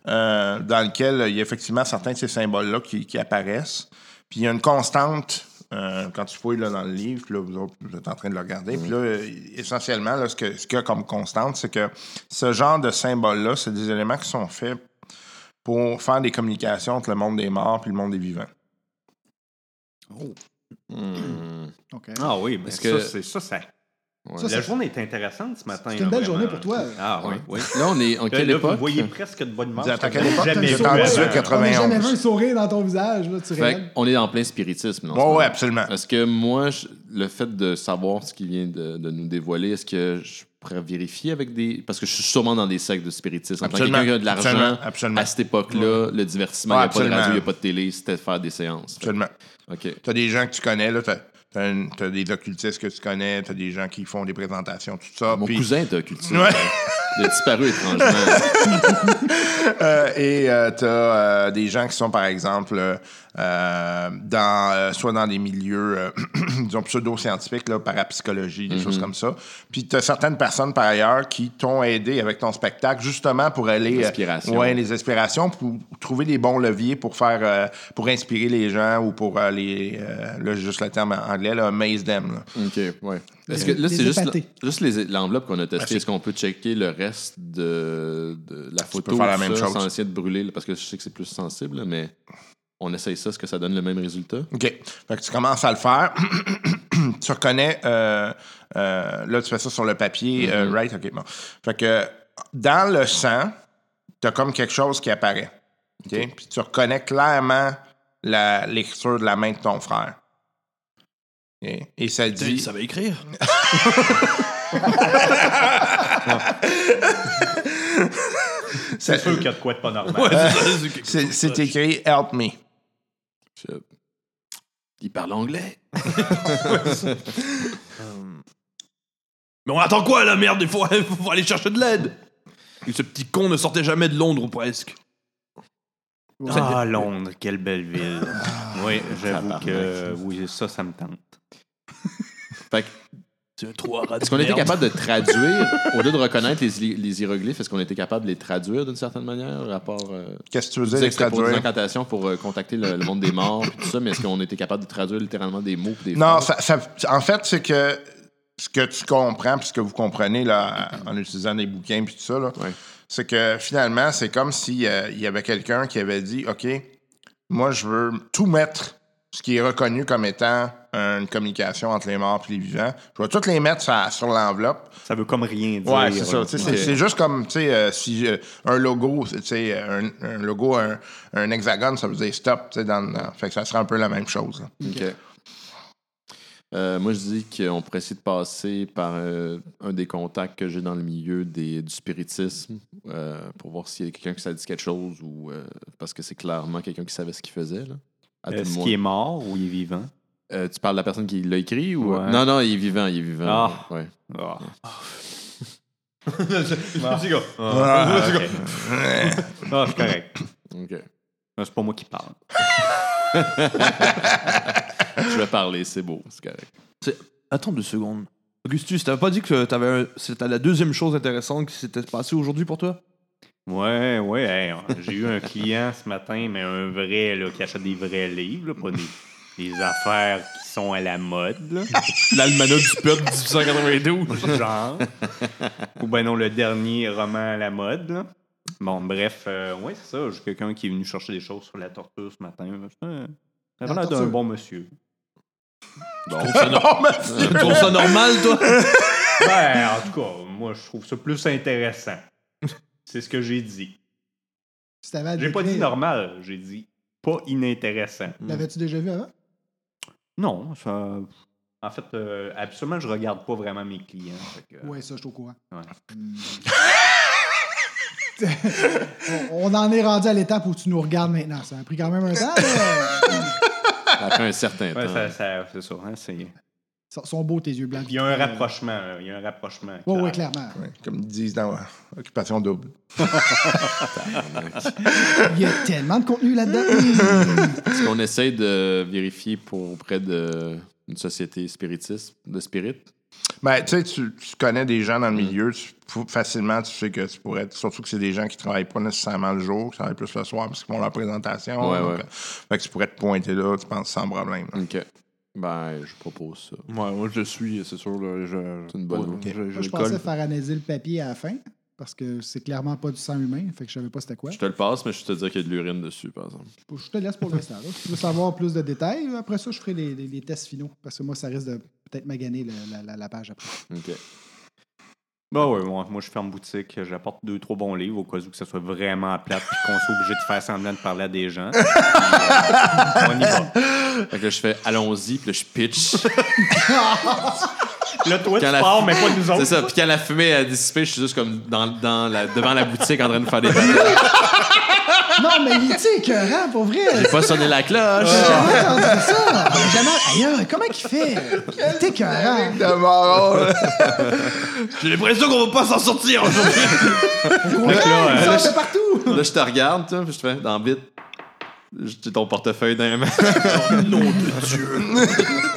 B: euh, dans lequel il y a effectivement certains de ces symboles-là qui, qui apparaissent. Puis il y a une constante. euh, quand tu fouilles là, dans le livre, puis là, vous autres, vous êtes en train de le regarder. Puis là, euh, essentiellement, là, ce que- ce qu'il y a comme constante, c'est que ce genre de symboles-là, c'est des éléments qui sont faits pour faire des communications entre le monde des morts puis le monde des vivants.
A: Hmm.
C: OK.
E: Oh. Ah oui, mais
A: Est-ce
E: ça,
A: que-
E: c'est ça, ça...
C: Ça,
E: La
C: c'est-
E: journée est intéressante ce matin.
C: C'est une
E: là,
C: belle
E: vraiment.
C: journée pour toi.
E: Ah oui, oui. Euh,
A: Là, on est en
E: Là,
A: quelle
E: vous
A: époque?
E: voyez presque de bonne humeur.
B: Vous êtes à
E: parce que
B: quelle
E: j'ai
B: époque?
E: jamais
B: Vous êtes
E: vu
B: en
E: avant.
B: 1880.
C: On n'a jamais vu
B: 91.
C: Ah, un sourire dans ton visage, là, tu
A: Fait
C: réveilles.
A: on est en plein spiritisme. en ce
B: Oui,
A: moment.
B: oui, absolument.
A: Est-ce que moi, je- le fait de savoir ce qu'il vient de, de nous dévoiler, est-ce que je pourrais vérifier avec des. Parce que je suis sûrement dans des sectes de spiritisme. En tant que
B: Absolument.
A: quelqu'un qui a de l'argent,
B: Absolument. Absolument.
A: à cette époque-là, le divertissement, il
B: Ouais,
A: n'y a pas de radio, il
B: absolument.
A: n'y a pas de télé, c'était de faire des séances. Fait-
B: Absolument.
A: OK.
B: T'as des gens que tu connais, là. T'as, t'as une- t'as des occultistes que tu connais, t'as des gens qui font des présentations, tout ça.
A: Mon
B: puis-
A: cousin était occultiste.
B: Ouais.
A: de disparu
B: (laughs)
A: étrangement.
B: Euh, et euh, t'as euh, des gens qui sont, par exemple, euh, euh, dans, euh, soit dans des milieux, euh, (clears throat) disons, pseudo-scientifiques, là, parapsychologie, des choses comme ça. Puis t'as certaines personnes, par ailleurs, qui t'ont aidé avec ton spectacle, justement pour aller... euh,
A: Inspiration.
B: ouais, les inspirations, pour trouver des bons leviers pour faire... euh, pour inspirer les gens ou pour euh, les... euh, là, juste le terme en anglais, là, maze them, là.
A: OK, ouais. Est-ce que là,
C: les
A: c'est juste,
C: épatés.
A: la- juste les- l'enveloppe qu'on a testée? Est-ce qu'on peut checker le reste de, de la photo
B: faire la
A: tout
B: même
A: ça,
B: chose.
A: sans essayer de brûler? là, Parce que je sais que c'est plus sensible, là, mais on essaye ça. Est-ce que ça donne le même résultat?
B: OK. Fait que tu commences à le faire. (clears throat) tu reconnais. euh, euh, là, tu fais ça sur le papier. euh, right? OK. Bon. Fait que dans le sang, tu as comme quelque chose qui apparaît. OK? Puis tu reconnais clairement la- l'écriture de la main de ton frère. OK? Et ça dit. (laughs)
D: savait écrire.
E: C'est sûr qu'il y a de quoi de pas normal.
B: C'est c'est écrit Help me.
A: Je- Il parle anglais.
D: Mais on attend quoi, la merde? Il faut, faut aller chercher de l'aide. Et ce petit con ne sortait jamais de Londres, ou presque.
E: Ah, Londres, quelle belle ville. oui, j'avoue que oui, ça, ça me tente.
A: Fait que,
D: C'est un trou à rats de
A: est-ce qu'on était
D: merde.
A: capable de
E: (laughs)
A: traduire, au-lieu de reconnaître les, hi- les hiéroglyphes, est-ce qu'on était capable de les traduire d'une certaine manière? Rapport, euh,
B: Qu'est-ce que tu veux
A: tu
B: dire?
A: disais que c'était pour des
B: traduire?
A: incantations pour euh, contacter le, le monde des morts, puis tout ça, mais est-ce qu'on était capable de traduire littéralement des mots? puis Des
B: Non,
A: phrases?
B: ça- ça- en fait, c'est que ce que tu comprends, puis ce que vous comprenez là, en utilisant des bouquins puis tout ça, là,
A: Ouais.
B: c'est que finalement, c'est comme s'il y avait quelqu'un qui avait dit OK, moi, je veux tout mettre ce qui est reconnu comme étant une communication entre les morts et les vivants. Je vais tout les mettre sur, sur l'enveloppe.
E: Ça veut comme rien dire.
B: Ouais, c'est ça. Tu sais, c'est- C'est juste comme tu sais, euh, si euh, un logo, tu sais, euh, un, un logo, un, un hexagone, ça veut dire stop. tu sais, Dans, dans- fait que ça serait un peu la même chose. là.
A: OK. Euh, moi, je dis qu'on pourrait essayer de passer par euh, un des contacts que j'ai dans le milieu des, du spiritisme euh, pour voir s'il y a quelqu'un qui ça dit quelque chose ou euh, parce que c'est clairement quelqu'un qui savait ce qu'il faisait. Là, à Ah, tout le
E: Est-ce
A: moins.
E: qu'il Euh, est mort ou il est vivant?
A: Euh, tu parles de la personne qui l'a écrit ou euh?
E: Ouais.
A: non non il est vivant il est vivant.
E: Ah.
A: ouais.
E: Ah.
D: Petit gars.
E: Ah, ok. (laughs) Ah, c'est correct.
A: Ok.
E: Non, C'est pas moi qui parle.
A: Je vais parler c'est beau c'est correct.
D: Attends deux secondes. Augustus, t'avais pas dit que t'avais un- c'était la deuxième chose intéressante qui s'était passée aujourd'hui pour toi?
E: Ouais, ouais. hey, J'ai eu un client ce matin, mais un vrai, là, qui achète des vrais livres, là, pas des, des affaires qui sont à la mode, là.
D: L'almanach du peuple 1892.
E: genre. Ou ben non, le dernier roman à la mode. là. Bon, bref, euh, ouais, c'est ça. J'ai quelqu'un qui est venu chercher des choses sur la torture ce matin. Euh, Ça
C: La
E: a l'air d'un
C: torture.
E: bon monsieur.
A: Bon.
B: (laughs)
D: Tu trouves ça normal, toi?
E: ben, en tout cas, moi, je trouve ça plus intéressant. C'est ce que j'ai dit.
C: Si t'avais à
E: J'ai pas
C: décrire,
E: dit normal, j'ai dit pas inintéressant.
C: L'avais-tu déjà vu avant?
E: Non, ça. En fait, euh, absolument, je regarde pas vraiment mes clients. fait que-
C: Ouais, ça, je suis au courant.
E: Ouais.
C: Hmm. (laughs) on, on en est rendu à l'étape où tu nous regardes maintenant. Ça a pris quand même un temps.
E: (laughs)
C: mais-
A: Après un certain
E: Ouais,
A: temps.
E: ça- ça- c'est ça. hein, c'est-
C: Ils sont beaux tes yeux blancs.
E: Il y a un rapprochement. là, Il y a un rapprochement.
C: Oui,
E: clair.
C: oui, clairement.
B: Ouais, Comme ils disent dans euh, Occupation double.
C: Il y a tellement de contenu là-dedans.
A: Est-ce qu'on essaie de vérifier pour auprès de une société spiritiste de spirit?
B: Ben, tu sais, tu tu connais des gens dans le milieu, tu- fou- facilement, tu sais que tu pourrais. être- Surtout que c'est des gens qui travaillent pas nécessairement le jour, qui travaillent plus le soir parce qu'ils font leur présentation.
A: Ouais,
B: donc,
A: ouais.
B: euh, fait que tu pourrais te pointer là, tu penses, sans problème. là.
A: Ok. Ben je propose ça.
D: Ouais, moi je le suis, c'est sûr. là, je,
A: C'est une bonne
D: je, je,
C: Moi,
D: le
C: je pensais
D: colle.
C: faire analyser le papier à la fin parce que c'est clairement pas du sang humain. Fait que je savais pas c'était quoi.
A: Je te le passe mais je te dire qu'il y a de l'urine dessus par exemple.
C: Je te laisse pour l'instant. là. Si tu veux savoir plus de détails, après ça, je ferai les, les- les tests finaux parce que moi, ça risque de peut-être maganer le- la, la- la page après.
A: Ok.
E: Bah ouais, moi, moi, je ferme boutique, j'apporte deux, trois bons livres au cas où que ça soit vraiment plate puis qu'on soit obligé de faire semblant de parler à des gens. Puis, euh, on y va.
A: Fait que là, je fais allons-y, puis là, je pitch.
E: (laughs) Là, toi,
A: Quand
E: tu
A: la-
E: pars, mais pas nous
A: C'est
E: autres.
A: ça. Puis quand la fumée a dissipé, je suis juste comme dans, dans la, devant la boutique en train de faire des patates.
C: Non, mais il était écœurant, pour vrai.
A: J'ai pas sonné la cloche.
C: J'ai jamais entendu ça. J'ai Jamais... Ailleurs, comment qu'il fait? Il était écœurant.
B: De marron, là.
D: J'ai l'impression qu'on va pas s'en sortir aujourd'hui.
C: Ouais,
A: là,
C: il
A: là,
C: sortait partout.
A: Là, je te regarde, tu sais, puis je te fais dans vite. J'ai ton portefeuille dans la main.
E: Fait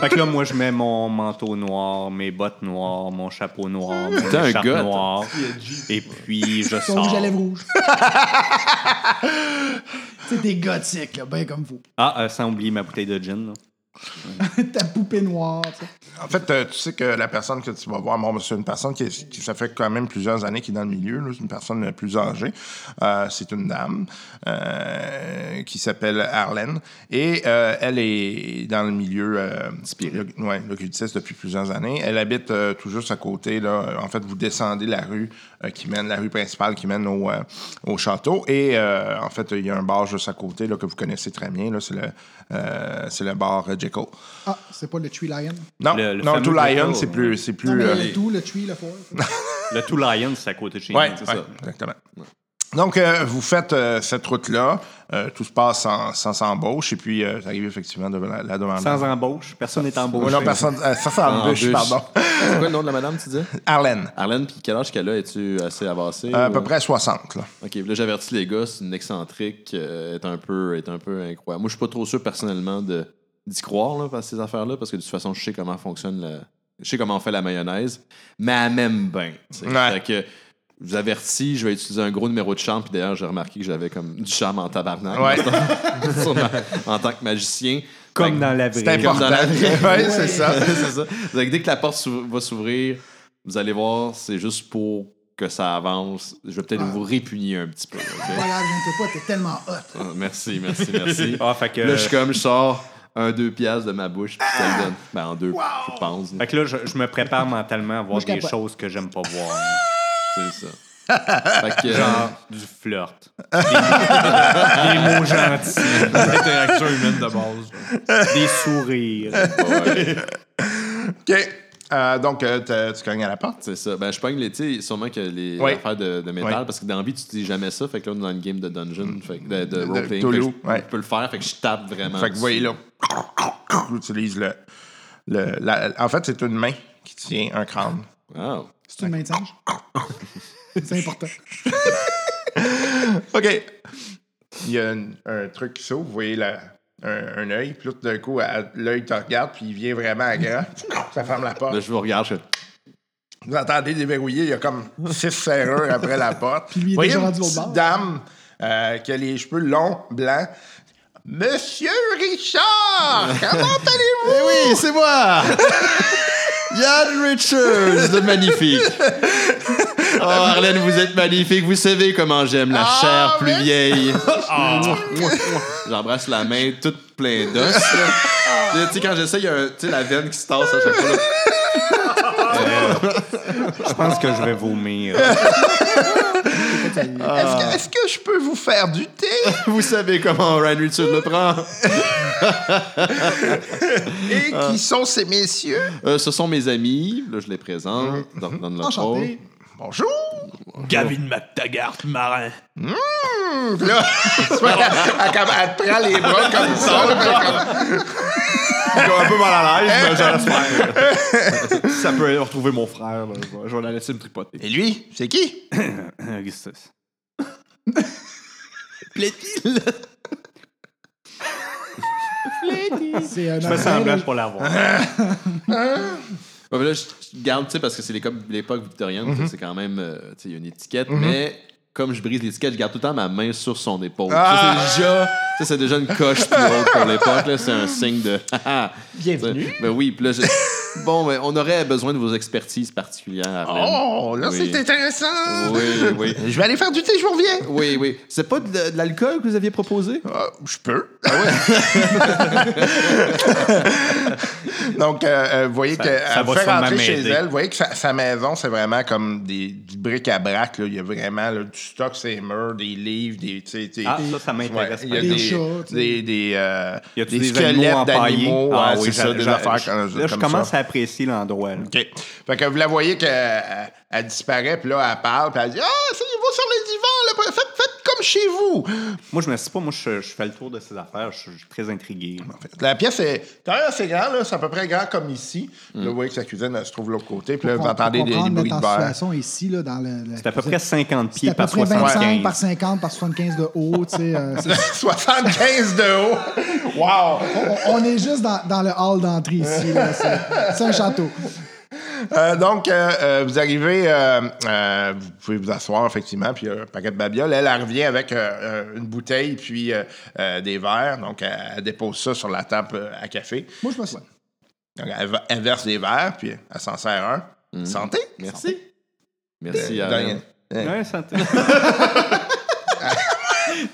E: que là, moi, je mets mon manteau noir, mes bottes noires, mon chapeau noir,
A: T'es un
E: mon écharpe
A: gars, toi.
E: noire. Et puis, je
C: Son rouge (laughs) à
E: sors.
C: lèvres rouges. C'est des gothiques, là, ben comme vous.
E: Ah, euh, sans oublier ma bouteille de gin. là.
C: Ta poupée noire, tu sais.
B: En fait, euh, tu sais que la personne que tu vas voir, bon, c'est une personne qui, est- qui- ça fait quand même plusieurs années qui est dans le milieu, là, c'est une personne euh, plus âgée. Euh, c'est une dame euh, qui s'appelle Arlène et euh, elle est dans le milieu euh, l'oc- ouais, l'occultiste depuis plusieurs années. Elle habite euh, tout juste à côté. Là, en fait, vous descendez la rue euh, qui mène, la rue principale qui mène au, euh, au château et euh, en fait, il y a un bar juste à côté là, que vous connaissez très bien. Là, c'est le, euh, c'est le bar euh, Jekyll.
C: Ah, c'est pas le Tree Lion.
B: Non,
E: Le- le
B: non,
E: fameux
B: Two Lion,
E: Jekyll,
B: c'est plus. C'est plus
C: Non, mais
B: euh,
C: le tout, le Tree, le four.
E: Le Two Lions, c'est à côté de chez
B: ouais,
E: nous, c'est
B: ouais,
E: ça.
B: exactement. Donc, euh, vous faites euh, cette route-là, euh, tout se passe sans, sans embauche, et puis euh, vous arrivez effectivement devant la, la demande.
E: Sans embauche, personne n'est
B: Oh
E: embauché.
B: non, personne. euh, sans embauche,
A: embauche.
B: pardon. (laughs)
A: C'est quoi le nom de la madame, tu dis?
B: Arlène,
A: Arlène, puis quel âge qu'elle a? Es-tu assez avancée?
B: euh, à
A: ou-
B: peu près 60. Là.
A: Ok, là j'avertis les gars, c'est une excentrique, euh, est un peu, est un peu incroyable. Moi, je suis pas trop sûr personnellement de d'y croire là, à ces affaires-là, parce que de toute façon, je sais comment fonctionne la, je sais comment on fait la mayonnaise, mais à même bien. tu sais.
B: Ouais.
A: Fait que je vous avertis, je vais utiliser un gros numéro de charme, puis d'ailleurs, j'ai remarqué que j'avais comme du charme en tabarnak
B: Ouais.
A: (laughs) sur ma- en tant que magicien. Fait
E: Comme
A: que-
E: dans la vraie.
B: C'est
A: Comme
B: important.
A: dans la vraie.
B: (laughs) Ouais, c'est ça.
A: Ah, ben, c'est ça. Fait que dès que la porte s'ouv- va s'ouvrir, vous allez voir, c'est juste pour que ça avance. Je vais peut-être vous répugner un petit peu. ok?
C: Pas grave, je ne sais pas, t'es tellement hot.
A: Ah, Merci, merci, merci.
E: Ah, fait que...
A: Là, je suis comme, je sors un, deux piastres de ma bouche, puis ça le donne. Ben, en deux, je pense.
E: Fait que là, je, je me prépare mentalement à voir
C: je
E: des
C: capote.
E: choses que j'aime pas voir.
A: C'est (laughs) ça. Fait que, euh,
E: Genre du flirt. Des, des mots gentils.
D: L'interaction humaine de base.
E: Des sourires.
A: ouais,
B: OK. Euh, donc, euh, t'as- tu cognes à la porte.
A: c'est ça. Ben, je pogne les, tu sais, sûrement que les
B: Ouais.
A: affaires de, de métal,
B: Ouais.
A: parce que dans la vie, tu dis jamais ça. Fait que là, on est dans une game de dungeon, fait que de, de roleplaying.
B: Cthulhu,
A: fait que je-
B: ouais.
A: je peux le faire, fait que je tape vraiment.
B: Fait que vous
A: dessus.
B: voyez là, utilise le. le la- en fait, c'est une main qui tient un crâne.
A: Wow.
C: C'est une main de singe. C'est important.
B: OK. Il y a une- un truc qui s'ouvre, vous voyez la- un, un œil, puis là, tout d'un coup, elle- l'œil te regarde, puis il vient vraiment à grand. (laughs) Ça ferme la
A: Là,
B: porte.
A: je vous regarde, je fais.
B: Vous entendez déverrouiller, il y a comme six serrures après la porte.
C: lui, il est
B: Vous voyez
C: déjà
B: une
C: rendu l'autre
B: petite
C: bord.
B: dame euh, qui a les cheveux longs, blancs. Monsieur
A: (laughs)
B: Richard, comment allez-vous?
A: Eh oui, c'est moi! Yann Richards, le magnifique. Oh, Arlène, vous êtes magnifique. Vous savez comment j'aime la chair plus
B: merci.
A: vieille. Ah. J'embrasse la main toute pleine d'os. là. Tu sais, quand j'essaie, il y a un- tu sais, la veine qui se tasse à chaque fois. là.
E: Je pense que je vais vomir.
B: Est-ce que, est-ce que je peux vous faire du thé?
A: Vous savez comment Ryan Richards le prend.
B: Et
A: Ah.
B: qui sont ces messieurs?
A: Euh, ce sont mes amis. Là, je les présente. Je leur donne leur rôle.
C: Enchanté.
B: Bonjour!
D: Gavin McTaggart, marin.
B: Puis là, tu vois, elle, (laughs) elle comme- elle te prend les bras
A: (laughs)
B: comme ça. là, puis elle comme-
D: J'ai un peu mal à l'aise, mais j'allais faire. Ça peut aller retrouver mon frère. là. Je vais- Je vais la laisser me tripoter.
B: Et lui, c'est qui?
E: (coughs)
B: (laughs)
E: Augustus.
C: C'est un
E: Je fais
C: enfant, là,
E: semblant de pas l'avoir.
A: Ouais, mais là, je je garde, tu sais, parce que c'est les- comme l'époque victorienne,
B: Mhm.
A: tu sais, c'est quand même, euh, tu sais, il y a une étiquette, mais comme je brise l'étiquette, je garde tout le temps ma main sur son épaule.
B: Ah!
A: Ça, c'est déjà, ça, c'est déjà une coche plus haute pour l'époque, là,
B: (laughs)
A: c'est un signe de. (laughs) Bienvenue. Ben oui, puis là, je- bon, ben, on aurait besoin de vos expertises particulières. Arlène.
B: Oh, là,
A: Oui.
B: c'est intéressant!
A: Oui, oui.
B: Je vais aller faire du thé, je vous reviens!
A: Oui, oui. C'est pas de, de l'alcool que vous aviez proposé?
B: Ah, je peux. (laughs) Donc, euh, euh, vous voyez que
E: ça
B: elle vous
E: va
B: fait
E: sûrement
B: rentrer chez
E: m'aider.
B: elle. Vous voyez que sa, sa maison, c'est vraiment comme des, du bric-à-brac. là. Il y a vraiment là, du stock, ses murs, des livres, des. tu sais, tu sais,
E: Ah, ça, ça
B: ouais,
E: m'intéresse
B: il y a
E: pas.
B: des,
C: Des chats, tu sais.
B: des, des, euh,
E: Y a-tu
B: des
E: animaux
B: squelettes
E: empaillés?
B: d'animaux,
E: Ah
B: ouais,
E: oui,
B: c'est
E: j'a-
B: ça, des
E: j'a-
B: affaires
E: j'a-
B: comme,
E: Là, je
B: comme
E: commence
B: ça.
E: à apprécier l'endroit. là.
B: OK. Fait que euh, vous la voyez qu'elle elle- elle disparaît, puis là, elle parle, puis elle dit Ah, asseyez-vous sur les divans, là, faites, faites comme comme chez vous.
E: Moi, je me suis pas, moi, je, je fais le tour de ces affaires, je suis très intrigué.
B: La pièce est quand même assez grande, là. c'est à peu près grand comme ici. Là, vous voyez que sa cuisine elle se trouve de l'autre côté, puis là, vous
C: Pour
B: entendez des, des
C: comprendre
B: bruits de
C: notre
B: verre. (laughs)
C: situation ici, là, dans le. le-
E: C'est à peu près 50
C: c'est
E: pieds
C: à peu
E: par
C: près 25 par
E: 75.
C: 50 par 75 de haut. tu sais, euh, c'est-
B: 75 de haut! Wow!
C: on, on est juste dans, dans le hall d'entrée ici. là, C'est c'est un château.
B: Euh, donc, euh, euh, vous arrivez, euh, euh, vous pouvez vous asseoir, effectivement, puis il y a un paquet de babioles. Elle, elle revient avec euh, euh, une bouteille, puis euh, euh, des verres. Donc, elle, elle dépose ça sur la table euh, à café.
C: Moi, je me suis.
B: Donc, elle, va- elle verse des verres, puis elle s'en sert un. Santé!
A: Merci. Merci, Alain.
B: Daniel.
E: Ouais, ça-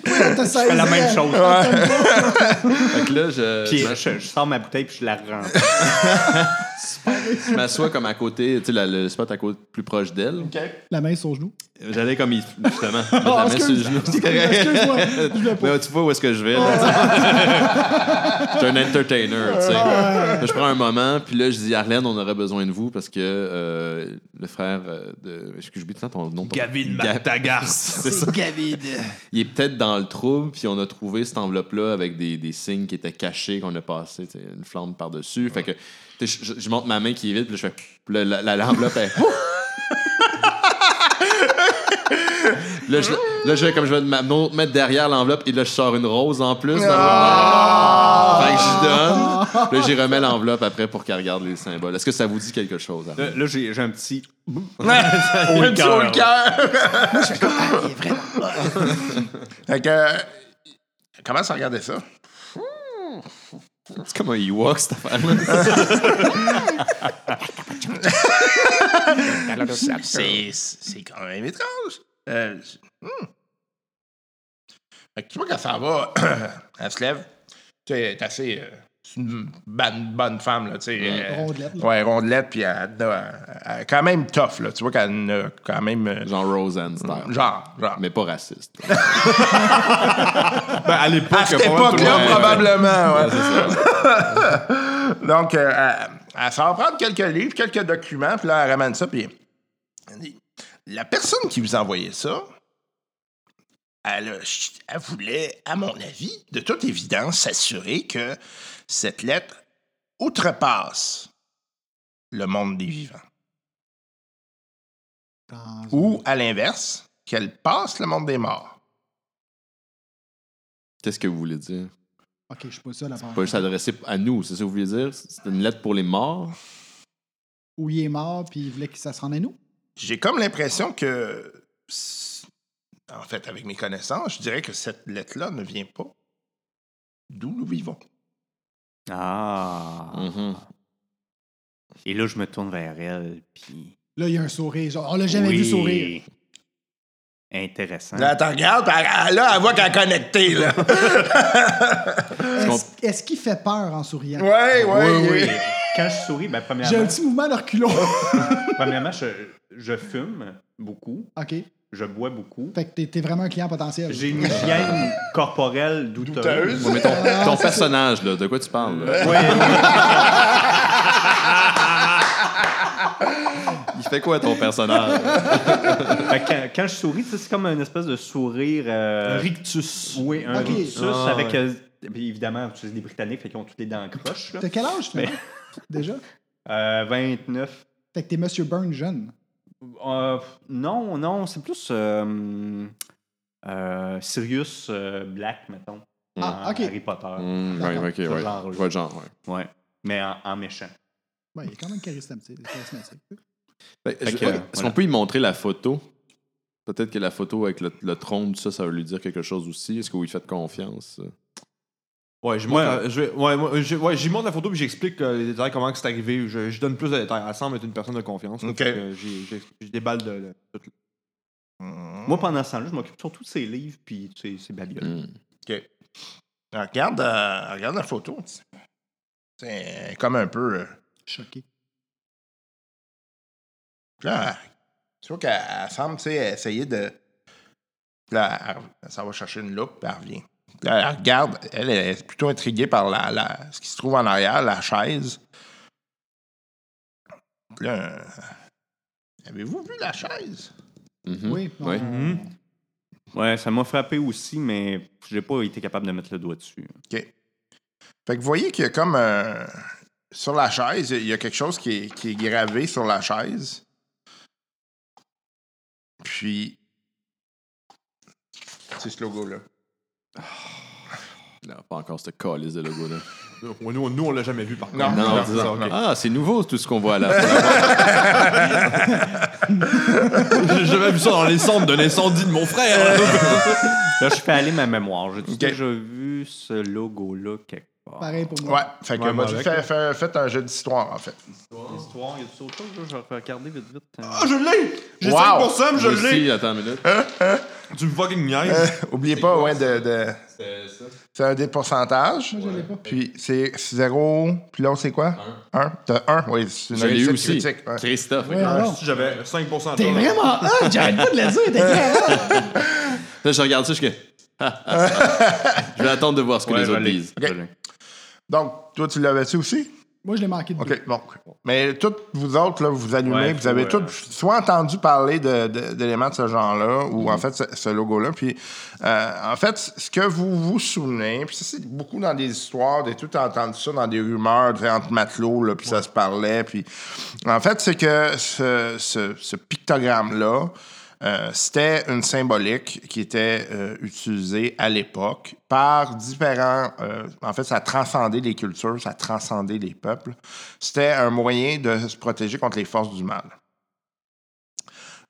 C: T'as
E: je fais la
C: saisi,
E: même
B: (laughs)
C: euh,
E: chose.
A: Fait que là, je,
E: Puis
A: je m'ach-
E: je, je sors ma bouteille puis je la rends.
A: je m'assois comme à côté, tu sais, la- le spot à côté plus proche d'elle.
C: La main sur le genou.
A: J'allais comme il-
C: (laughs)
A: justement. mettre la main sur le
C: excuse-
A: genou.
C: Ah, (laughs) Excuse-moi.
A: (laughs)
C: Je l'ai pas.
A: Mais tu vois où est-ce que je vais? là, tu sais. (laughs) Je suis un entertainer, tu sais. Je prends un moment, puis là, je dis, Arlène, on aurait besoin de vous parce que euh, le frère euh, de. Est-ce que j'oublie tout le temps ton nom? ton-
D: Gavin
A: Ga- (laughs)
D: McTaggart.
A: C'est
C: (laughs)
A: ça. Il est peut-être dans le trouble, puis on a trouvé cette enveloppe-là avec des, des signes qui étaient cachés, qu'on a passé tu sais, une flamme par-dessus. Fait que tu sais, je, je- je monte ma main qui est vide, puis là, je fais. puis là, la- la- L'enveloppe est. (laughs) Là je, là, je vais comme je vais ma- me mettre derrière l'enveloppe et là, je sors une rose en plus. dans l'enveloppe. Fait que je donne. Puis Là, j'y remets l'enveloppe après pour qu'elle regarde les symboles. Est-ce que ça vous dit quelque chose? Arnaud?
E: Là, là, j'ai j'ai un petit.
B: Une sur le cœur! (laughs) Fait que, euh, Comment ça regarder ça?
A: C'est comme un Ewok, cette affaire-là.
B: (laughs) C'est c'est quand même étrange. Euh, je- hmm. Fait que tu vois, quand ça va, (clears throat) elle se lève. Tu sais, elle est assez. euh, c'est une bonne, bonne femme, là, tu sais. euh,
C: Rondelette, là.
B: Ouais, rondelette, puis elle, elle- elle est quand même tough, là. Tu vois qu'elle a quand même.
A: (laughs)
B: euh,
A: Genre Roseanne style.
B: Genre, genre.
A: Mais pas raciste.
D: Ben, à l'époque,
B: À cette
D: probablement, tout le
B: époque-là,
D: monde-
B: probablement, ouais. (laughs) Donc, euh, elle, elle s'en prend quelques livres, quelques documents, puis là, elle ramène ça, puis elle dit, la personne qui vous envoyait ça, elle, a ch- elle voulait, à mon avis, de toute évidence, s'assurer que cette lettre outrepasse le monde des vivants.
C: Dans-
B: Ou, à l'inverse, qu'elle passe le monde des morts.
A: Qu'est-ce que vous voulez dire?
C: Ok, je suis pas seul à
A: Pas juste s'adresser à nous, c'est ça que vous voulez dire? C'est une lettre pour les morts?
C: Où il est mort, puis il voulait que ça se rende à nous.
B: J'ai comme l'impression que, c- en fait, avec mes connaissances, je dirais que cette lettre-là ne vient pas d'où nous vivons.
E: Ah.
B: Mm-hmm.
A: Mhm.
E: Et là, je me tourne vers elle. Puis.
C: Là, il y a un sourire. Genre, on l'a jamais vu
E: Oui.
C: sourire.
E: Intéressant.
B: Là, t'en regardes, puis elle- elle- là, elle voit qu'elle est connectée, là.
C: Est-ce est-ce qu'il fait peur en souriant?
B: (laughs) ouais, ouais.
E: Oui, oui.
B: oui.
E: Quand je souris, ben,
C: J'ai un
E: premièrement,
C: petit mouvement de reculons.
E: premièrement, je, je fume beaucoup,
C: (laughs) ok.
E: je bois beaucoup.
C: Fait que t'es- t'es vraiment un client potentiel.
E: J'ai une hygiène corporelle douteuse.
B: Douteuse.
A: Ouais, mais ton, ton personnage, là, de quoi tu parles? là?
E: Ouais,
A: Il fait quoi ton personnage?
E: Fait que quand, quand je souris, tu sais, c'est comme une espèce de sourire. euh,
D: Un Rictus.
E: Oui, un
C: Ok.
E: rictus
D: Ah,
E: avec.
D: ouais.
E: euh, puis évidemment, tu sais, les Britanniques, fait qu'ils ont toutes les dents croches. là.
C: T'as quel âge, toi? Déjà?
E: Euh, 29.
C: Fait que t'es Monsieur Burns jeune.
E: Euh, non, non, c'est plus. euh, euh, Sirius euh, Black, mettons.
C: Ah,
E: en
C: ok.
E: Harry Potter.
A: Hmm, ouais, ok,
E: Ce
A: ouais.
E: genre-là.
A: Je vois le genre, ouais.
E: Ouais. Mais en, en méchant.
C: Ouais, il est quand même charismatique. charismatique.
A: Fait que,
E: Fait
A: Ben, je- Est-ce
E: que, euh,
A: qu'on
E: voilà.
A: peut y montrer la photo? Peut-être que la photo avec le, le trône, tout ça, ça veut lui dire quelque chose aussi. Est-ce que vous lui faites confiance?
D: Ouais, j'y montre, la- je vais- ouais, moi, je- ouais, j'y montre la photo puis j'explique euh, les détails, comment que c'est arrivé. Je, je donne plus de détails. Elle semble être une personne de confiance. là,
B: Ok.
D: fait que j'ai- j'ai- Je déballe de, de- tout le-
C: Hmm.
E: Moi, pendant ce temps-là, je m'occupe surtout de ses livres puis de ses, ses babioles.
A: Hmm.
B: Elle Regarde, euh, elle regarde la photo. C'est comme un peu. euh,
C: Choqué.
B: Puis là, elle- tu vois qu'elle elle semble, tu sais, essayer de. Puis Là, elle, elle s'en va chercher une loupe, puis elle revient. Puis Là, elle regarde, elle est plutôt intriguée par la, la- ce qui se trouve en arrière, la chaise. Puis là, euh, avez-vous vu la chaise?
A: Mhm.
C: Oui,
A: Ouais.
C: on-
E: Ouais, ça m'a frappé aussi, mais j'ai pas été capable de mettre le doigt dessus.
B: OK. Fait que vous voyez qu'il y a comme. euh, sur la chaise, il y a quelque chose qui est, qui est gravé sur la chaise. Puis. C'est ce logo-là.
A: Là, pas encore ce calice de logo là.
D: Nous, on- nous, on l'a jamais vu par contre.
B: Non,
A: Non,
B: non,
A: c'est
B: non,
A: ça,
B: non.
A: ok. Ah, c'est nouveau tout ce qu'on voit là.
D: J'ai jamais vu ça dans les cendres d'un incendie de mon frère.
E: Là, je fais aller ma mémoire. J'ai
B: Ok.
E: déjà vu ce logo-là quelque part.
C: Pareil pour moi.
B: Ouais, fait que
D: Ouais, moi,
B: vas-y,
D: avec,
B: fais- fais- faites un jeu d'histoire, en fait.
E: L'histoire, il y a du sauto, je vais regarder vite euh. vite.
D: Ah, je l'ai! J'ai
B: Wow.
D: 5%, mais je
A: Moi
D: l'ai!
A: aussi, attends une minute.
D: Tu me fucking
B: Euh.
D: niaises.
B: Oubliez pas, ouais, de. de-
A: C'est ça.
B: C'est un des pourcentages.
C: Moi, je l'ai pas.
B: Puis c'est 0. Puis l'autre, c'est quoi? 1. T'as 1. Oui, c'est une
A: Je l'ai eu
B: réussite
A: aussi.
B: critique, ouais.
A: Christophe.
C: Ouais,
D: Ah,
C: alors.
D: si J'avais 5% de
C: T'es vraiment hot! J'arrête pas de le dire, t'es hein? carré.
A: Là, je regarde ça, je suis que- (laughs) Je vais attendre de voir ce que
E: Ouais,
A: les autres
E: allez.
A: disent.
B: Ok. Donc, toi, tu l'avais-tu aussi?
C: Moi, je l'ai manqué de deux.
B: OK, donc. Mais toutes vous autres, là, vous allumez,
E: Ouais,
B: vous
E: faut,
B: avez
E: euh,
B: toutes soit entendu parler de- de- d'éléments de, ce genre-là, ou en fait, ce, ce logo-là. Puis, euh, en fait, ce que vous vous souvenez, puis ça, c'est beaucoup dans des histoires, des tout entendu ça dans des rumeurs, tu sais, entre matelots, là, puis ça se parlait. Puis, en fait, c'est que ce, ce- ce pictogramme-là, euh, c'était une symbolique qui était euh, utilisée à l'époque par différents. euh, en fait, ça transcendait les cultures, ça transcendait les peuples. C'était un moyen de se protéger contre les forces du mal.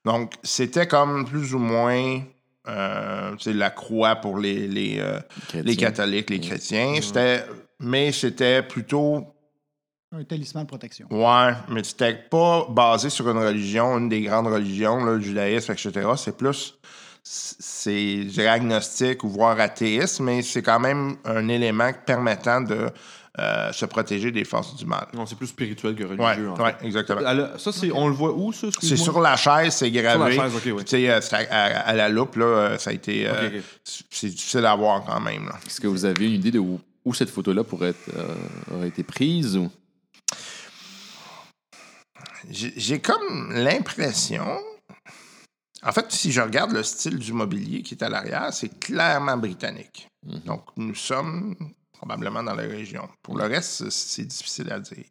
B: Donc, c'était comme plus ou moins euh, tu sais, la croix pour les, les, euh, les catholiques,
D: Mm.
B: les chrétiens. C'était, mais c'était plutôt
C: Un talisman de protection. (laughs)
B: Ouais, mais c'était pas basé sur une religion, une des grandes religions, là, le judaïsme, etc. C'est plus, c'est je dirais, agnostique ou voire athéiste, mais c'est quand même un élément permettant de euh, se protéger des forces du mal.
D: Non, c'est plus spirituel que religieux.
B: Ouais,
D: en fait.
B: ouais, exactement.
D: Alors, ça, c'est, on le voit où, ça?
B: C'est
D: excuse-moi?
B: sur la chaise, c'est gravé.
D: Sur la chaise, ok, ouais.
B: Tu sais, euh, c'est à, à- à la loupe, là, euh, ça a été. euh,
D: Ok, ok.
B: C'est difficile à voir quand même. là.
A: Est-ce que vous avez une idée de où, où cette photo-là pourrait être, euh, aurait été prise ou
B: J'ai j'ai comme l'impression. En fait, si je regarde le style du mobilier qui est à l'arrière, c'est clairement britannique.
D: Mhm.
B: Donc, nous sommes probablement dans la région. Pour le reste, c'est- c'est difficile à dire.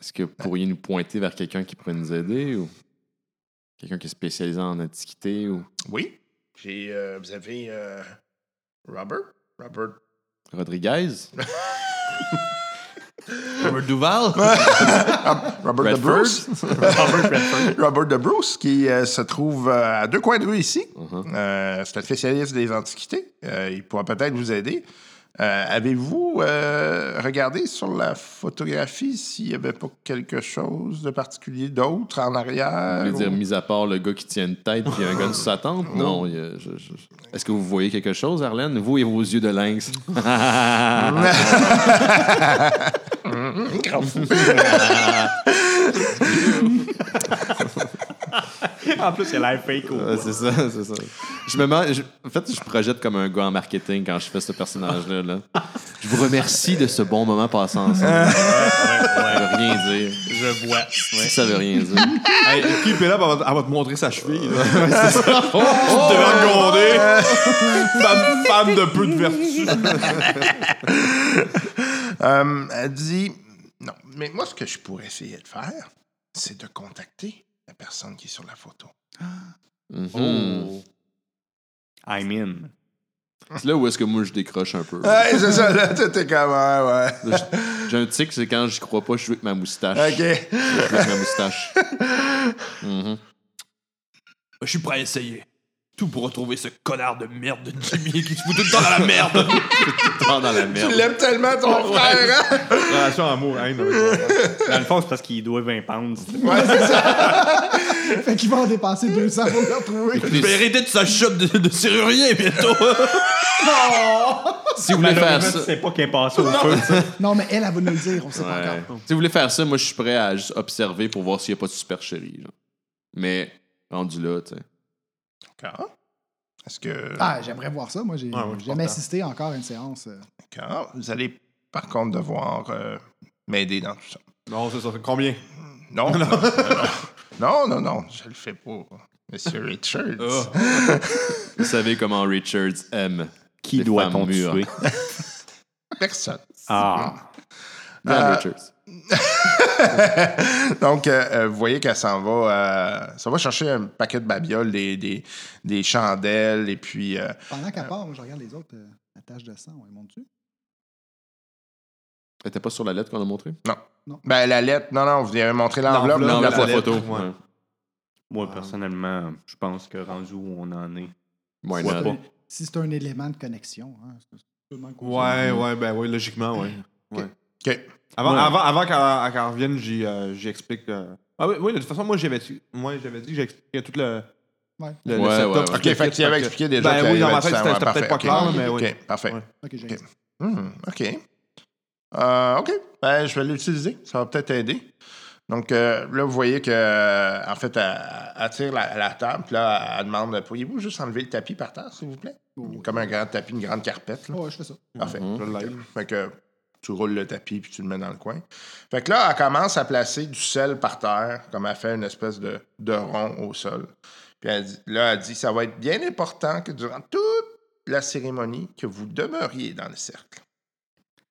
A: est-ce que vous pourriez nous pointer vers quelqu'un qui pourrait nous aider ou quelqu'un qui est spécialisé en antiquité ou
B: Oui. J'ai, euh, vous avez euh, Robert. Robert.
A: Rodriguez
D: Robert Duval?
B: Robert de
A: Redford?
B: Bruce.
A: (laughs)
B: (laughs) Robert de Bruce, qui euh, se trouve euh, à deux coins de rue ici.
A: Mhm.
B: Euh, c'est un spécialiste des antiquités. Euh, il pourra peut-être vous aider. Euh, Avez-vous euh, regardé sur la photographie s'il n'y avait pas quelque chose de particulier d'autre en
A: Vous
B: arrière?
A: voulez dire,
B: ou-
A: mis à part le gars qui tient une tête puis un gars sous sa tente Non. il y a- je- je- Est-ce que vous voyez quelque chose, Arlène Vous et vos yeux de lynx.
E: en plus, il a l'air fake au
A: Ouais, c'est ça, (laughs) c'est ça. Je me mets- je- en fait, je projette comme un gars en marketing quand je fais ce personnage-là. là. Je vous remercie de ce bon moment passé ensemble. Ça veut rien dire.
E: Je vois. Ouais.
A: Ça veut rien dire.
D: hey, Keep it up, elle va, elle va te montrer sa cheville. là. (laughs)
A: Oh,
D: Tu
A: oh!
D: devais gronder. femme, femme de peu de vertu.
B: Euh, elle dit non. Mais moi, ce que je pourrais essayer de faire, c'est de contacter la personne qui est sur la
A: (laughs)
B: photo.
A: Mhm.
E: Oh. I'm in.
A: C'est là où est-ce que moi je décroche un peu.
B: Ouais, c'est ça, là, tu t'es comme, ouais,
A: (laughs)
B: ouais.
A: J'ai un tic, c'est quand je crois pas, je joue avec ma moustache.
B: OK.
A: Je joue avec ma moustache. Mhm.
D: Je suis prêt à essayer. Tout pour retrouver ce connard de merde de Jimmy qui se fout tout le temps dans la merde.
A: Dans la
B: Tu
A: merde.
B: l'aimes tellement, ton frère, hein?
D: Relation amour-haine.
E: Dans le fond, c'est parce qu'il doit 20 pounds.
B: Ouais, c'est ça.
C: Fait qu'ils vont en dépenser 200 pour le retrouver.
D: Je vais hériter de sa shop de, de serrurier bientôt.
A: Si vous voulez faire
E: Malheureusement, tu
A: ça.
E: sais pas qu'il est passé au feu.
C: Non, mais elle, elle va nous le dire, on sait pas
A: Ouais.
C: encore.
A: Si vous voulez faire ça, moi, je suis prêt à juste observer pour voir s'il n'y a pas de supercherie. genre. Mais rendu là, tu sais.
B: D'accord. Est-ce que.
C: Ah, j'aimerais voir ça. Moi, j'ai
D: Ouais, moi, je
C: jamais
D: pense
C: assisté encore à une séance. euh.
B: D'accord. Vous allez, par contre, devoir euh, m'aider dans tout ça.
D: Non, c'est ça. Combien?
B: Non, non, non, non, non, je le fais pas. Monsieur Richards.
A: Vous savez comment Richards aime.
G: Qui
A: Les
G: doit-on
A: femmes mûres.
G: tuer?
B: Personne.
G: Ah,
A: Dan
B: Euh,
A: Richards.
B: Donc, euh, euh, vous voyez qu'elle s'en va, euh, ça va chercher un paquet de babioles, des, des, des chandelles, et puis. euh,
C: Pendant qu'elle part, moi, je regarde les autres. euh, la tache de sang, on les monte dessus.
A: Elle était pas sur la lettre qu'on a montrée?
B: ben, la lettre. Non, non, vous lui avez montré l'enveloppe,
D: L'enveloppe,
B: non, la
D: la
B: photo.
D: lettre. ouais.
A: Ouais.
E: Moi, personnellement, je pense que rendu où on en est,
A: Why
E: je sais
A: not?
E: pas.
C: Si c'est un élément de connexion. hein, c'est- c'est tout de même qu'on-
D: Ouais, ouais, ben oui, logiquement, ouais. ouais.
B: OK.
D: Avant,
A: Ouais.
D: avant, avant qu'elle qu'elle revienne, j'y euh, j'y explique. euh, Ah oui, oui, de toute façon, moi, j'avais dit, moi, j'avais dit que j'expliquais tout le.
C: Ouais.
D: le,
A: Ouais, ouais, ouais.
D: tout le
A: Ok,
B: OK, fait
D: kit,
B: qu'il avait
D: que-
B: expliqué déjà.
D: Ben
B: qu'il
D: oui, dans
B: arrivait
D: ma
B: du
D: tête,
B: sang,
D: c'était
B: ouais,
D: peut-être
B: parfait,
D: pas
B: ok.
D: clair, mais oui.
B: OK, parfait.
D: Ouais.
C: Ok, j'ai
B: Ok. Hmm, OK. Euh, OK. Ben, je vais l'utiliser. Ça va peut-être aider. Donc, euh, là, vous voyez que, euh, en fait, elle, elle tire la, la table, puis là, elle demande Pourriez-vous juste enlever le tapis par terre, s'il vous plaît Comme un grand tapis, une grande carpette. là.
C: Oh, Ouais, je fais ça.
B: Parfait.
D: Je l'aime.
B: Fait que tu roules le tapis, puis tu le mets dans le coin. Fait que là, elle commence à placer du sel par terre, comme elle fait une espèce de, de rond au sol. Puis elle dit- là, elle dit Ça va être bien important que durant toute la cérémonie, que vous demeuriez dans le cercle.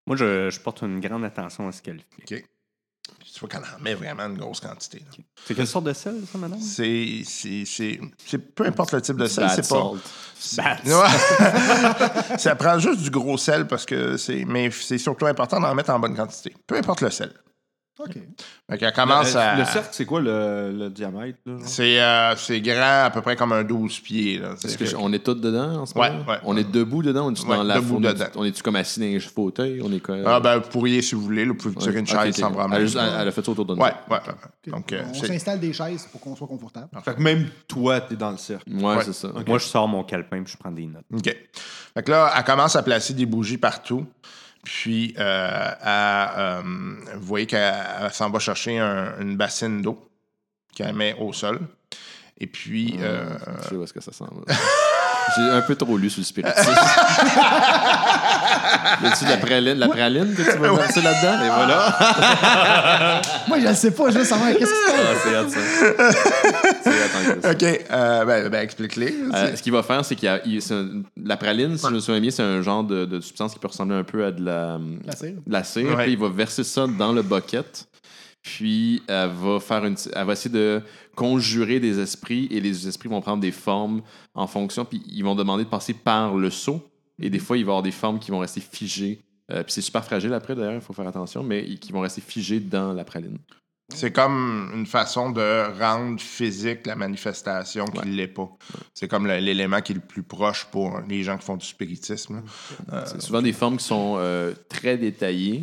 E: moi, je, je porte une grande attention à ce qu'elle fait.
B: Puis tu vois qu'elle en met vraiment une grosse quantité. là.
E: C'est quelle sorte de sel, ça, madame?
B: C'est, c'est, c'est, c'est- peu importe le type de sel,
A: Bad
B: c'est pas.
A: salt.
B: c'est-
E: Bad
B: Ouais. (laughs) ça prend juste du gros sel parce que c'est. Mais c'est surtout important d'en mettre en bonne quantité. Peu importe le sel.
C: OK.
B: Fait qu'elle commence
D: le,
B: à.
D: le cercle, c'est quoi le, le diamètre? Là, genre?
B: C'est, euh, c'est grand, à peu près comme un 12 pieds. Là.
A: Est-ce
B: C'est-
A: que je- on est tous dedans en ce
B: Ouais,
A: moment?
B: ouais.
A: On est debout dedans? On est
B: Ouais,
A: dans la
B: debout
A: four-
B: dedans.
A: On est-tu comme assis dans les fauteuils? On est comme...
B: Ah, ben, vous pourriez, si vous voulez, là, vous pouvez
A: Ouais.
B: tirer une
A: Ok,
B: chaise
A: ok.
B: sans problème.
A: Elle, a juste- elle- elle a fait ça autour de nous.
B: Ouais, ouais.
C: Ok.
B: Donc, euh,
C: on
B: c'est-
C: s'installe des chaises pour qu'on soit confortable.
D: Fait que même toi, t'es dans le cercle.
A: Ouais,
B: Ouais.
A: c'est ça.
E: Moi, je sors mon calepin puis je prends des notes.
B: OK. Fait que là, elle commence à placer des bougies partout. Puis, euh, elle, euh, vous voyez qu'elle elle s'en va chercher un- une bassine d'eau qu'elle met au sol. Et puis, euh,
A: Je sais où est-ce que ça sent. là. (laughs) J'ai un peu trop lu sur le
B: (laughs)
A: spiritisme. y a-tu de la praline, la praline que tu vas verser là-dedans? Et voilà.
C: Moi, je ne sais pas, je veux savoir qu'est-ce qui se passe.
A: Ah, c'est hâte, ça. (laughs) C'est hâte, en Christ.
B: OK, euh, ben, ben, explique-les.
A: Euh, ce qu'il va faire, c'est qu'il y a. il- c'est un- la praline, si je me souviens bien, c'est un genre de, de substance qui peut ressembler un peu à de la,
C: La cire.
A: de la cire.
B: Ouais.
A: Puis il va verser ça dans le bucket. Puis elle va faire une. Elle va essayer de conjurer des esprits et les esprits vont prendre des formes en fonction. Puis ils vont demander de passer par le seau. Et des fois, il va y avoir des formes qui vont rester figées. Euh, puis c'est super fragile après, d'ailleurs, il faut faire attention, mais qui vont rester figées dans la praline.
B: C'est comme une façon de rendre physique la manifestation qui ne l'est pas. C'est comme le- l'élément qui est le plus proche pour les gens qui font du spiritisme. là.
A: C'est souvent des formes qui sont euh, très détaillées,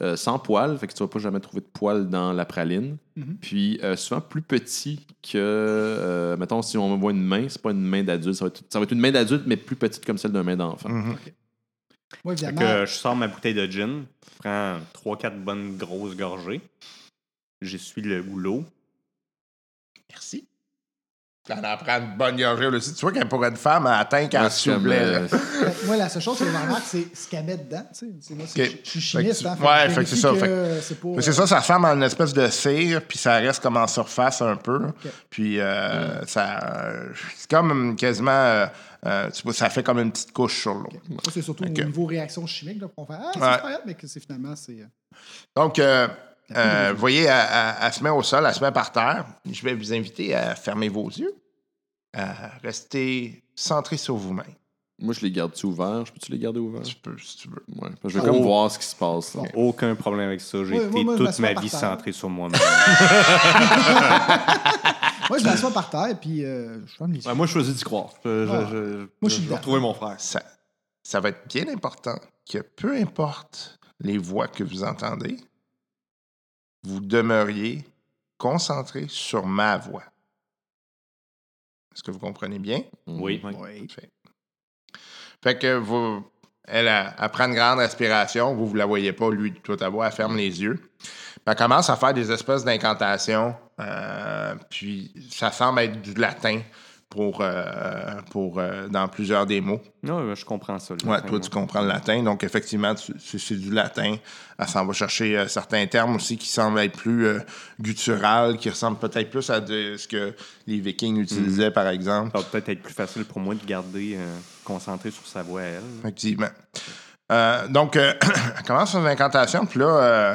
A: euh, sans poils, fait que tu vas pas jamais trouver de poils dans la praline.
C: Mhm.
A: Puis euh, souvent plus petit que, euh, mettons, si on voit une main, c'est pas une main d'adulte, ça, va être- ça va être une main d'adulte, mais plus petite comme celle d'un main d'enfant.
B: Mhm.
C: Moi,
E: Fait
C: évidemment,
E: que euh, je sors ma bouteille de gin, je prends 3-4 bonnes grosses gorgées, j'essuie le goulot.
B: Merci. T'en apprends une bonne gorgée là aussi. Tu vois qu'elle pourrait une femme à atteindre
A: Ouais,
B: quand
A: c'est
B: s'il vous
A: comme,
B: plaît,
A: euh,
B: là.
C: euh, moi, la seule chose que je remarque, c'est ce qu'elle met dedans. tu sais. C'est- Moi, c'est-
B: Ok.
C: je, je suis
B: Fait que
C: chimiste.
B: tu-
C: hein,
B: ouais,
C: je
B: fait que c'est
C: vérifie
B: ça,
C: que,
B: fait que-
C: euh, C'est pas,
B: Mais C'est ça, ça ressemble à une espèce de cire, puis ça reste comme en surface un peu. là. Puis euh, ça, euh, c'est comme quasiment, euh, euh, tu vois, ça fait comme une petite couche sur l'eau.
C: euh, ça, c'est surtout
B: Ok.
C: au niveau réaction chimique là, qu'on fait Ah, c'est
B: Ouais.
C: incroyable, mais que c'est finalement, c'est. euh,
B: Donc, euh, euh, vous voyez, elle, elle- elle se met au sol, elle se met par terre. Je vais vous inviter à fermer vos yeux, à rester centré sur vous-même.
A: moi, je les garde-tu ouverts? Je peux-tu les garder ouverts?
B: Tu peux, si tu veux.
A: Ouais. Parce que Je veux comme
B: Oh.
A: voir ce qui se passe. là.
E: Aucun problème avec ça. J'ai
C: Ouais,
E: été
C: moi, moi, je
E: toute
C: m'assois
E: ma
C: par
E: vie
C: terre.
E: centré sur moi-même.
C: Moi, je m'assois par terre, puis euh, je ferme les yeux.
D: Ouais, moi, je choisis d'y croire. Je, je-
C: Ah.
D: je- je-
C: je suis
D: je vais
C: dedans.
D: retrouver mon frère.
B: Ça, ça va être bien important que peu importe les voix que vous entendez, vous demeuriez concentré sur ma voix. Est-ce que vous comprenez bien?
E: (laughs) Oui.
C: Ouais.
B: Fait, Fait que vous, elle, elle, elle prend une grande respiration. Vous, vous la voyez pas, lui, tout à voix. Elle ferme les yeux. Puis elle commence à faire des espèces d'incantations. euh, puis ça semble être du latin. pour, euh, pour, euh, dans plusieurs des mots.
E: Non, euh, je comprends ça. le
B: Ouais,
E: latin,
B: toi, tu comprends le latin. Donc, effectivement, tu- c'est c'est du latin. Elle s'en va chercher euh, certains termes aussi qui semblent être plus euh, gutturales, qui ressemblent peut-être plus à de- ce que les Vikings
E: Mm.
B: utilisaient, par exemple.
E: Ça va peut-être être plus facile pour moi de garder euh, concentré sur sa voix à elle.
B: Effectivement. Euh, donc, euh, (clears throat) elle commence son incantation, puis là, euh,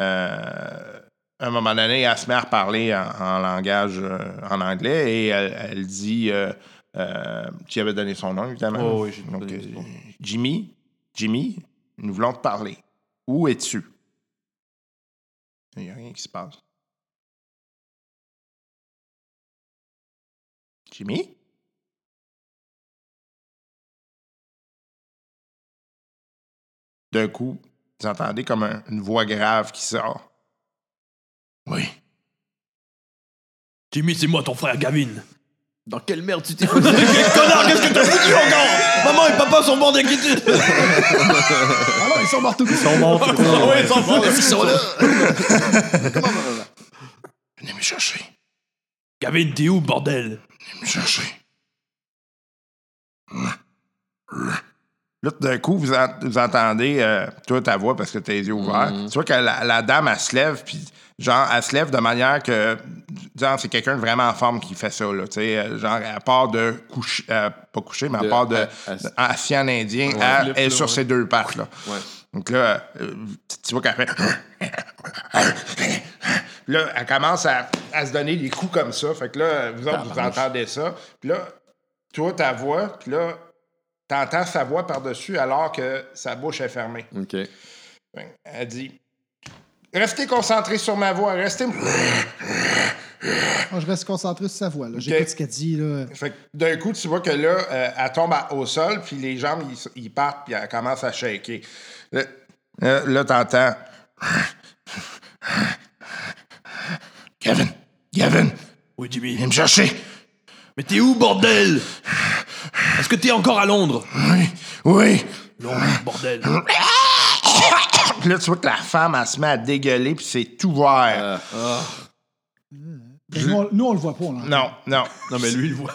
B: euh, à un moment donné, elle se met à reparler en, en langage, euh, en anglais, et elle, elle dit... Euh, euh, tu y avais donné son nom, évidemment.
D: Oh, oui, j'ai
B: Donc,
D: donné son
B: euh,
D: nom.
B: Jimmy, Jimmy, nous voulons te parler. Où es-tu? Il n'y a rien qui se passe. Jimmy? D'un coup, vous entendez comme un- une voix grave qui sort. Oui.
G: Jimmy, c'est moi, ton frère Gavin.
A: Dans quelle merde tu
D: (laughs)
A: t'es foutu?
G: Connard, qu'est-ce que t'as foutu encore Maman et papa sont morts d'inquiétude.
C: Ah non, ils sont morts tous. (laughs)
G: (laughs) Ouais, ils s'en foutent.
A: Ils sont là!
B: Venez me chercher.
G: Gavin, t'es où, bordel
B: me chercher. Là, tout d'un coup, vous, en- vous entendez, euh, toi, ta voix, parce que t'as les yeux ouverts.
A: Mm-hmm.
B: Tu vois que la, la dame, elle se lève, puis genre, elle se lève de manière que, genre, c'est quelqu'un de vraiment en forme qui fait ça, là. Tu sais, euh, genre, à part de coucher, euh, pas coucher, mais à
A: De-
B: part de,
A: à- à-
B: de- assis en indien,
A: Ouais.
B: elle
A: Flip,
B: est
A: là,
B: sur
A: ouais.
B: ses deux pattes, là.
A: Ouais.
B: Donc là, euh, tu- tu vois qu'elle fait. (clears throat) Puis là, elle commence à, à se donner des coups comme ça. Fait que là, vous autres, vous entendez ça. Puis là, toi, ta voix, puis là, t'entends sa voix par-dessus alors que sa bouche est fermée.
A: OK.
B: Fait que Elle dit Restez concentrés sur ma voix, restez.
C: Moi, je reste concentré sur sa voix. là. J'écoute
B: Ok.
C: ce qu'elle dit. Là.
B: Fait que d'un coup, tu vois que là, euh, elle tombe à- au sol, puis les jambes, ils s- ils partent, puis elle commence à shaker. Là, là, là, t'entends. Gavin, Gavin,
G: Oui, Jimmy.
B: viens me chercher.
G: Mais t'es où, bordel Est-ce que t'es encore à Londres
B: Oui, oui.
G: Londres, bordel.
B: Puis (coughs) là, tu vois que la femme, elle se met à dégueuler, puis c'est tout vert.
G: Euh.
C: Ben, nous, on, nous, on le voit pas. Là.
B: Non, non.
D: Non, mais lui, il le voit.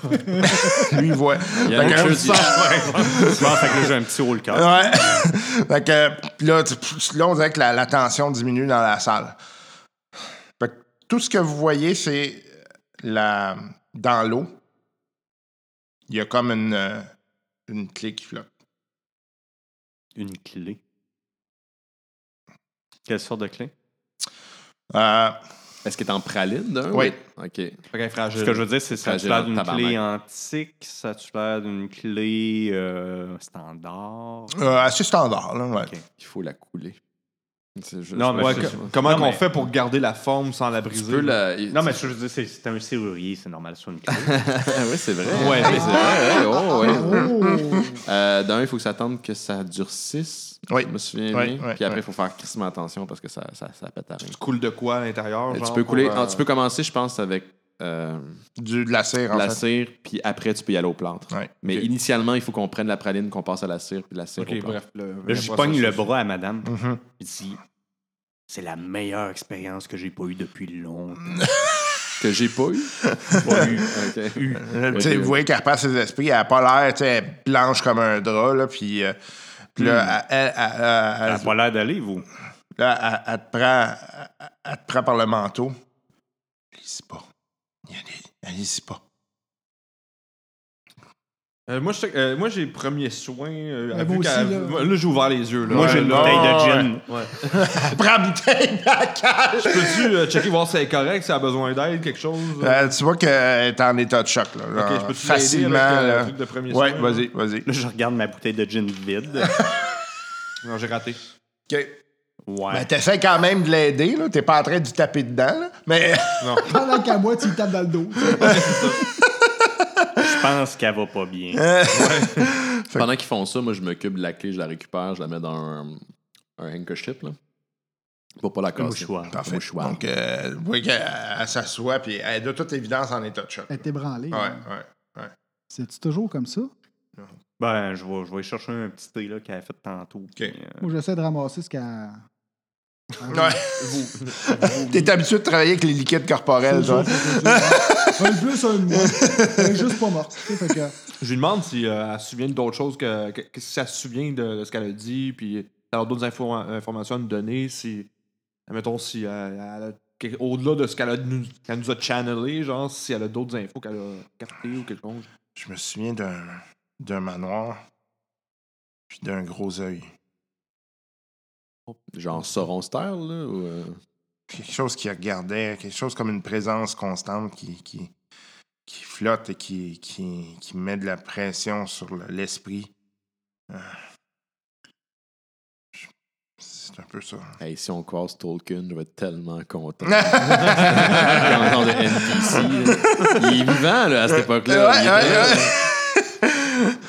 B: Lui, il voit.
A: Il y a
E: Ben,
B: Fait que-
A: quelque chose.
E: Je pense que là, j'ai un petit haut le cœur.
B: Ouais. (laughs) fait que pis là, tu- pff, là, on dirait que la, la tension diminue dans la salle. Fait que tout ce que vous voyez, c'est la dans l'eau. Il y a comme une, euh, une clé qui flotte.
E: Une clé. Quelle sorte de clé?
A: Ah
B: Euh,
A: Est-ce qu'il est en praline, d'un?
B: Oui.
A: OK.
E: Ce que je veux dire, c'est ça a-tu
A: Fragile,
E: l'air d'une
A: tabarnak.
E: clé antique? Ça a-tu l'air d'une clé euh, standard?
B: euh, assez standard, là, ouais.
A: Il faut la couler. C'est juste-
E: Non, mais
A: Ouais,
E: c'est
A: que-
E: ça.
D: Comment
E: Non,
D: qu'on
E: mais-
D: fait pour garder la forme sans la
A: Tu
D: briser?
A: peux la...
E: Non, mais ce que je veux dire, c'est c'est un serrurier, c'est normal, sur une clé.
A: (laughs) oui, c'est vrai.
D: Ouais,
A: c'est vrai. ouais, oh, ouais.
C: Oh!
A: Euh, D'un, il faut que ça attende que ça durcisse.
B: Oui.
A: Je me souviens
B: Oui,
A: bien.
B: oui,
A: Puis après, il
B: oui.
A: faut faire crissement attention parce que ça, ça, ça pète à rien.
D: Tu coules de quoi à l'intérieur?
A: Euh,
D: genre,
A: Tu peux,
D: pour,
A: couler,
D: euh,
A: ah, tu peux commencer, je pense, avec euh,
B: Du, de la cire, en
A: la
B: fait.
A: cire, puis après, tu peux y aller au plâtre.
B: Ouais.
A: Mais initialement, il faut qu'on prenne la praline, qu'on passe à la cire, puis la cire au
D: Ok,
A: plâtre.
D: bref. Le,
E: Là, je pogne le bras à madame.
B: Mhm.
E: Je dis, c'est la meilleure expérience que j'ai pas eue depuis longtemps.
A: Que j'ai pas eu.
E: Pas eue.
A: Ok.
B: Là, tu sais, vous voyez qu'elle repasse ses esprits, elle a pas l'air tu sais, elle est blanche comme un drap, là, puis euh, puis
A: Hmm.
B: là, elle- elle- elle- elle-
E: Elle a pas l'air d'aller, vous.
B: Là, elle, elle te prend, elle, elle te prend par le manteau. Allez-y pas. Y allez- Allez-y pas.
D: Euh, moi, je sais que- euh, moi, j'ai premier soin. euh,
C: Ouais,
D: vu
C: moi
D: qu'elle-
C: aussi, là.
D: moi, là, j'ai ouvert les yeux. Là. Euh,
E: Moi, j'ai une
D: Ouais,
E: bouteille
D: là,
E: de
D: ouais.
E: gin.
B: Elle prend la bouteille dans la cage.
D: Peux-tu euh, checker voir si c'est correct, si elle a besoin d'aide, quelque chose?
B: Euh, tu vois qu'elle est en état de choc. Là,
D: Ok,
B: Genre,
D: je peux-tu l'aider
B: facilement.
D: avec, euh,
B: là.
D: le truc de premier
B: ouais,
D: soin,
B: vas-y, vas-y.
E: Là, je regarde ma bouteille de gin vide.
D: Non, j'ai raté.
B: OK.
E: Ouais.
B: Ben, t'essaies quand même de l'aider. là. T'es pas en train de lui taper dedans. là. Mais
C: Pendant qu'à moi, tu me tapes dans le dos.
E: Je pense qu'elle va pas bien.
A: Pendant qu'ils font ça, moi, je m'occupe de la clé, je la récupère, je la mets dans un, un handkerchief, là. Pour pas la
E: Un
A: casser.
E: mouchoir.
B: (laughs) parfait.
A: mouchoir.
B: Donc, euh, vous voyez qu'elle elle s'assoit. Puis elle est de toute évidence en état de choc.
C: Elle est ébranlée.
B: Ouais,
C: là.
B: ouais.
C: C'est-tu toujours comme ça?
E: Ben, je vais, je vais chercher un petit thé là, qu'elle a fait tantôt. puis, euh,
C: Moi, j'essaie de ramasser ce qu'elle
B: Ouais. T'es habitué de travailler avec les liquides corporels, toi.
C: Un de plus, un de moins. Elle est juste pas morte. tu sais, fait que-
D: Je lui demande si euh, elle se souvient d'autres choses que, que- que si elle se souvient de, de ce qu'elle a dit, puis elle a d'autres infos- informations à nous donner, si, admettons, si euh, elle a quelque- au-delà de ce qu'elle a nous, qu'elle nous a channelé, genre si elle a d'autres infos qu'elle a captées ou quelque chose.
B: Je me souviens d'un, d'un manoir, puis d'un gros œil.
A: Genre Sauron Star, là? Ou, euh,
B: Quelque chose qui regardait, quelque chose comme une présence constante qui, qui, qui flotte et qui, qui, qui met de la pression sur le- l'esprit. Euh, je- C'est un peu ça. (laughs)
A: Hey, si on croise Tolkien, je vais être tellement content. En genre de NPC. là. Il est vivant, là, à cette époque-là.
B: Ouais,
A: Il est
B: ouais,
A: là.
B: ouais.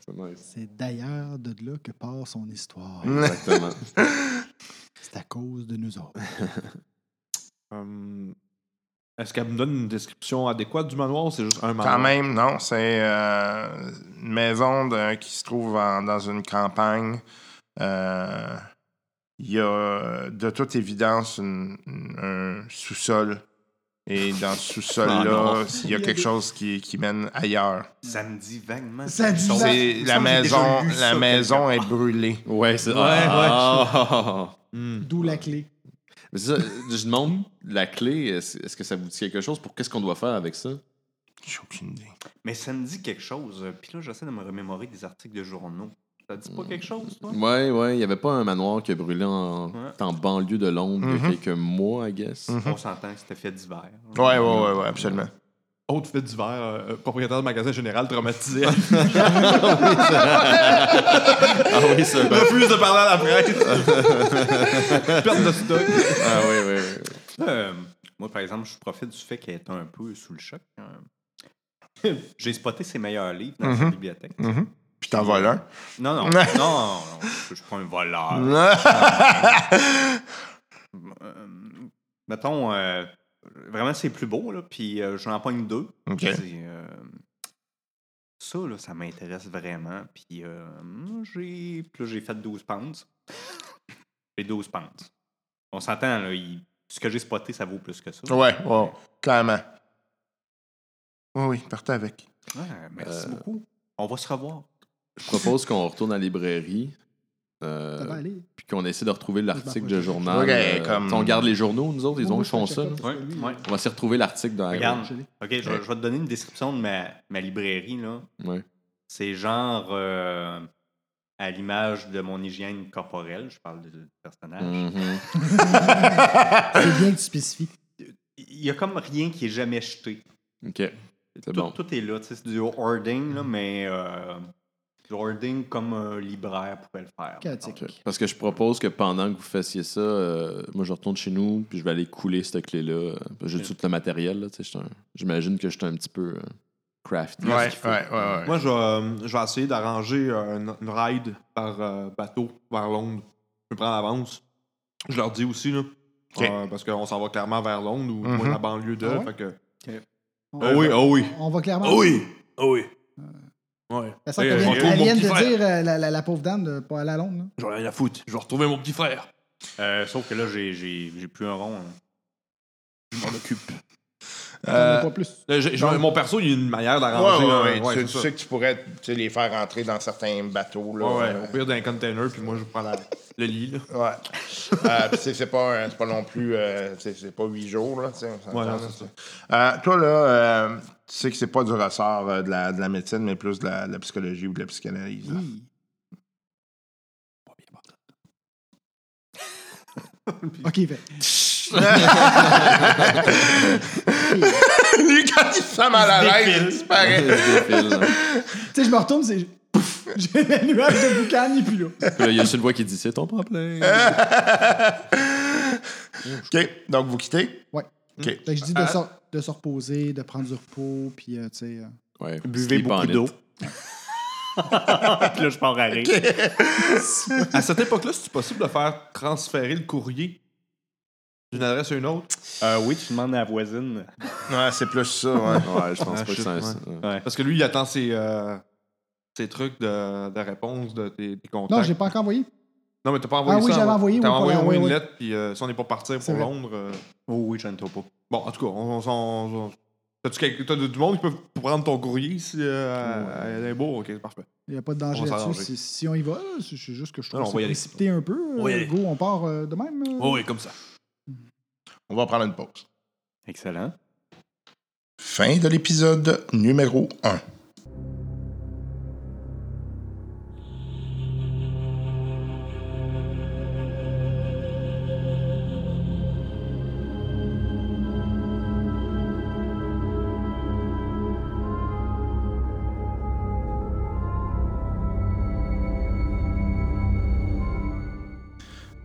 A: C'est nice.
C: C'est d'ailleurs de là que part son histoire.
A: Exactement.
C: C'est à cause de nous autres.
D: Hum, Est-ce qu'elle me donne une description adéquate du manoir ou c'est juste un manoir?
B: Quand même, non. C'est euh, une maison de- qui se trouve en- dans une campagne. Euh, Il y a de toute évidence une- une- un sous-sol. (laughs) Et dans ce sous-sol-là, il y a quelque chose qui, qui mène ailleurs.
E: Ça me dit vaguement.
C: Ça dit
E: quelque
C: vague-
E: chose.
B: C'est
E: Il me
B: la
E: semble que j'ai déjà
B: maison,
E: lu ça
B: la
E: quelque
B: maison est brûlée.
A: Ouais, c'est. Ouais,
D: Hum.
C: D'où la clé.
A: Ah! Mais c'est ça, je demande la clé, est-ce est-ce que ça vous dit quelque chose? Pour qu'est-ce qu'on doit faire avec ça?
B: J'ai aucune idée.
E: Mais ça me dit quelque chose. euh, Puis là, j'essaie de me remémorer des articles de journaux. Ça dit pas quelque
A: (laughs)
E: chose, toi?
A: Ouais, ouais, il n'y avait pas un manoir qui a brûlé en,
E: Ouais.
A: en banlieue de Londres il y a
B: Mhm.
A: quelques mois, I guess.
B: Mhm.
E: On s'entend que c'était fait d'hiver.
B: Ouais, ouais, ouais, ouais, absolument.
D: Autre fait d'hiver, euh, propriétaire de magasin général traumatisé. Elle
A: Ah oui, ça.
E: (laughs)
A: ben-
D: refuse de parler à la presse. Perte de stock.
A: ah oui, oui, oui.
E: Euh, moi, par exemple, je profite du fait qu'elle est un peu sous le choc. Euh, (laughs) J'ai spoté ses meilleurs livres dans sa
B: Mhm.
E: bibliothèque.
B: Mhm. Puis t'en voles un.
E: Non, non, non, non, je suis pas
B: (laughs)
E: un voleur. Euh, mettons, euh, vraiment, c'est plus beau, là, puis euh, j'en pogne deux.
B: OK.
E: C'est, euh, ça, là, ça m'intéresse vraiment. Puis euh, moi, j'ai puis là, j'ai fait 12 pounds. J'ai 12 pounds. On s'entend, là, il- ce que j'ai spoté, ça vaut plus que ça.
B: Ouais, ouais, clairement. Oui, oui, partez avec.
E: Ouais, merci beaucoup. Euh, On va se revoir.
A: Je propose qu'on retourne à la librairie. euh,
C: Ça va aller.
A: puis qu'on essaie de retrouver l'article de journal.
B: Ok,
A: euh,
B: comme-
A: tu sais, On garde les journaux, nous autres, ils ont
C: Moi,
A: ils font
C: je
A: ça.
C: checkais
A: là.
C: parce que lui,
E: Ouais.
A: On va s'y retrouver l'article dans
E: Regarde,
C: je l'ai.
E: OK, je, je vais te donner une description de ma, ma librairie. là.
A: Ouais.
E: C'est genre euh, à l'image de mon hygiène corporelle, Ah, je parle de, de
B: Mm.
E: personnage.
A: Mhm.
C: C'est bien que tu spécifies.
E: Il n'y a comme rien qui est jamais jeté.
A: OK. C'est
E: Tout,
A: bon.
E: tout est là, tu sais, c'est du hoarding, là, mais euh, du hoarding comme un libraire pourrait le faire.
C: Chaotique.
A: Ok. Parce que je propose que pendant que vous fassiez ça, euh, moi je retourne chez nous, puis je vais aller couler cette clé-là. euh, parce que J'ai tout le matériel, là, tu sais, je suis un- j'imagine que je suis un petit peu euh, crafty.
B: Ouais, ouais, ouais, ouais.
D: Moi, je vais, euh, je vais essayer d'arranger euh, une, une ride par euh, bateau vers Londres. Je me prends l'avance. Je leur dis aussi, là. euh, parce qu'on s'en va clairement vers Londres ou du moins
B: Mhm.
D: la banlieue de.
C: Ah ouais?
D: fait que-
C: On-
D: Ah oui, ah oui.
C: On va clairement.
G: oui, oh oui.
C: Elle
G: Ouais,
A: Euh,
C: sent qu'elle
G: Eh, je vais
C: vient-
G: retrouver
C: elle
G: mon
C: vient de
G: petit frère.
C: dire, euh, la, la- la pauvre dame, de pas aller à Londres. là.
G: j'en ai rien à foutre. Je vais retrouver mon petit frère.
E: Euh, sauf que là, j'ai- j'ai j'ai plus un rond. hein.
G: Je m'en occupe.
C: T'en as
B: Euh,
C: pas plus.
D: Là, j'ai- j'ai- mon perso, il y a une manière
B: Ouais,
D: d'arranger.
B: ouais,
D: là.
B: ouais.
D: Ouais,
B: tu,
D: c'est
B: tu
D: ça.
B: sais que tu pourrais tu sais, les faire rentrer dans certains bateaux. Là.
D: Ouais, ouais, au pire d'un container, puis moi, je prends la- le lit, là.
B: Ouais. Euh, pis c'est- c'est pas, euh, c'est pas non plus. euh, c'est c'est pas huit jours, là. tu sais, on s'entend,
D: Ouais, non,
B: là,
D: c'est
B: Euh, toi, là, euh, tu sais que c'est pas du ressort euh, de, la, de la médecine, mais plus de la, de la psychologie ou de la psychanalyse. hein? là.
C: Hi. Ok, fait.
B: Lui, (laughs) quand il se sent mal à l'aise, il disparaît.
A: Je défile, là.
C: Tu sais, je me retourne, c'est. Pouf! (laughs) J'ai un nuage de boucan, et puis là.
A: Puis là, il y a juste une voix qui dit C'est ton problème.
B: OK, donc vous quittez?
C: Ouais.
B: OK.
C: Fait que je dis
D: Ah.
C: de, se- de se reposer, de prendre du repos, puis euh, tu sais. euh,
A: Ouais,
E: Buvez
A: sleep on
E: beaucoup
A: it.
E: d'eau. (laughs) Puis là, je pars à rire.
D: (laughs) À cette époque-là, c'est possible de faire transférer le courrier d'une adresse à une autre?
E: Euh, oui, tu demandes à la voisine.
B: Ouais, c'est plus ça, ouais.
A: Ouais, je pense pas
D: Ah,
A: que
D: shit,
A: c'est un-
D: ouais.
A: ouais.
D: Parce que lui, il attend ses, euh, ses trucs de, de réponse de tes, tes contacts.
C: Non, je l'ai pas encore envoyé.
D: Non, mais t'as pas envoyé
C: Ah oui,
D: ça.
C: j'avais
D: avant.
C: envoyé,
D: T'as
C: oui,
D: envoyé
C: pour la-
D: oui, une
C: oui, oui.
D: lettre, puis euh, si on est pour partir
C: C'est
D: pour
C: vrai.
D: Londres. euh,
E: Oh oui, je ne trouve pas.
D: Bon, en tout cas, on, on s'en. on- T'as-tu quelqu'un- t'as du monde qui peut prendre ton courrier ici euh, à, à Edinburgh? Ok, parfait.
C: Il n'y a pas de danger
D: On va
C: là-dessus.
D: s'arranger.
C: Si, si on y va, là, c'est c'est juste que je trouve
D: Non, non, on
C: que
D: va y
C: c'est
D: aller.
C: précipité un peu.
G: va y
C: Euh,
G: aller.
C: Go, on part euh, de même. euh.
G: Oh, oui, comme ça.
B: On va prendre une pause.
E: Excellent.
B: Fin de l'épisode numéro 1.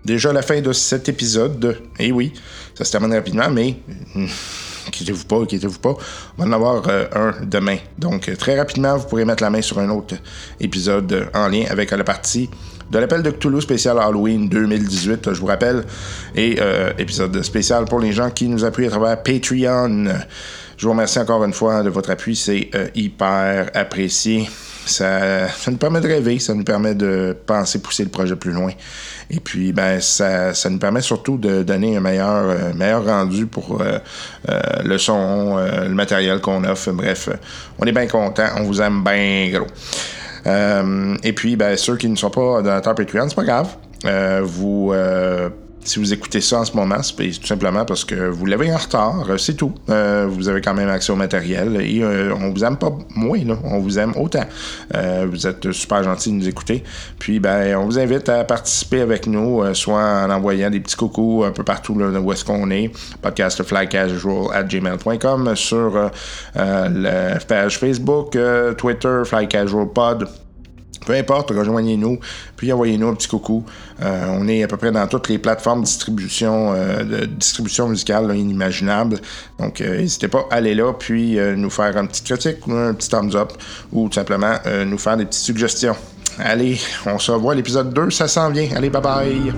B: Déjà la fin de cet épisode. Et oui, ça se termine rapidement, mais inquiétez-vous pas, inquiétez-vous pas. On va en avoir euh, un demain. Donc, euh, très rapidement, vous pourrez mettre la main sur un autre épisode euh, en lien avec euh, la partie de l'appel de Cthulhu spécial Halloween 2018, euh, je vous rappelle. Et euh, épisode spécial pour les gens qui nous appuient à travers Patreon. Je vous remercie encore une fois de votre appui, c'est euh, hyper apprécié. Ça, ça nous permet de rêver, ça nous permet de penser, pousser le projet plus loin. Et puis, ben, ça, ça nous permet surtout de donner un meilleur, euh, meilleur rendu pour euh, euh, le son, euh, le matériel qu'on offre. Bref, euh, on est bien content, on vous aime bien gros. Euh, et puis, ben, ceux qui ne sont pas donateurs Patreon, c'est pas grave. Euh, vous, euh, si vous écoutez ça en ce moment, c'est tout simplement parce que vous l'avez en retard, euh, c'est tout. Euh, vous avez quand même accès au matériel et euh, on vous aime pas moins, là. on vous aime autant. Euh, vous êtes super gentils de nous écouter. Puis, ben, on vous invite à participer avec nous, euh, soit en envoyant des petits coucous un peu partout là, où est-ce qu'on est, podcastflycasual@gmail.com, sur euh, euh, la page Facebook, euh, Twitter, flycasualpod peu importe, rejoignez-nous, puis envoyez-nous un petit coucou. Euh, on est à peu près dans toutes les plateformes de distribution, euh, de distribution musicale là, inimaginable. Donc, euh, n'hésitez pas à aller là, puis euh, nous faire une petite critique, ou un petit thumbs up, ou tout simplement euh, nous faire des petites suggestions. Allez, on se revoit à l'épisode 2, ça s'en vient. Allez, bye bye!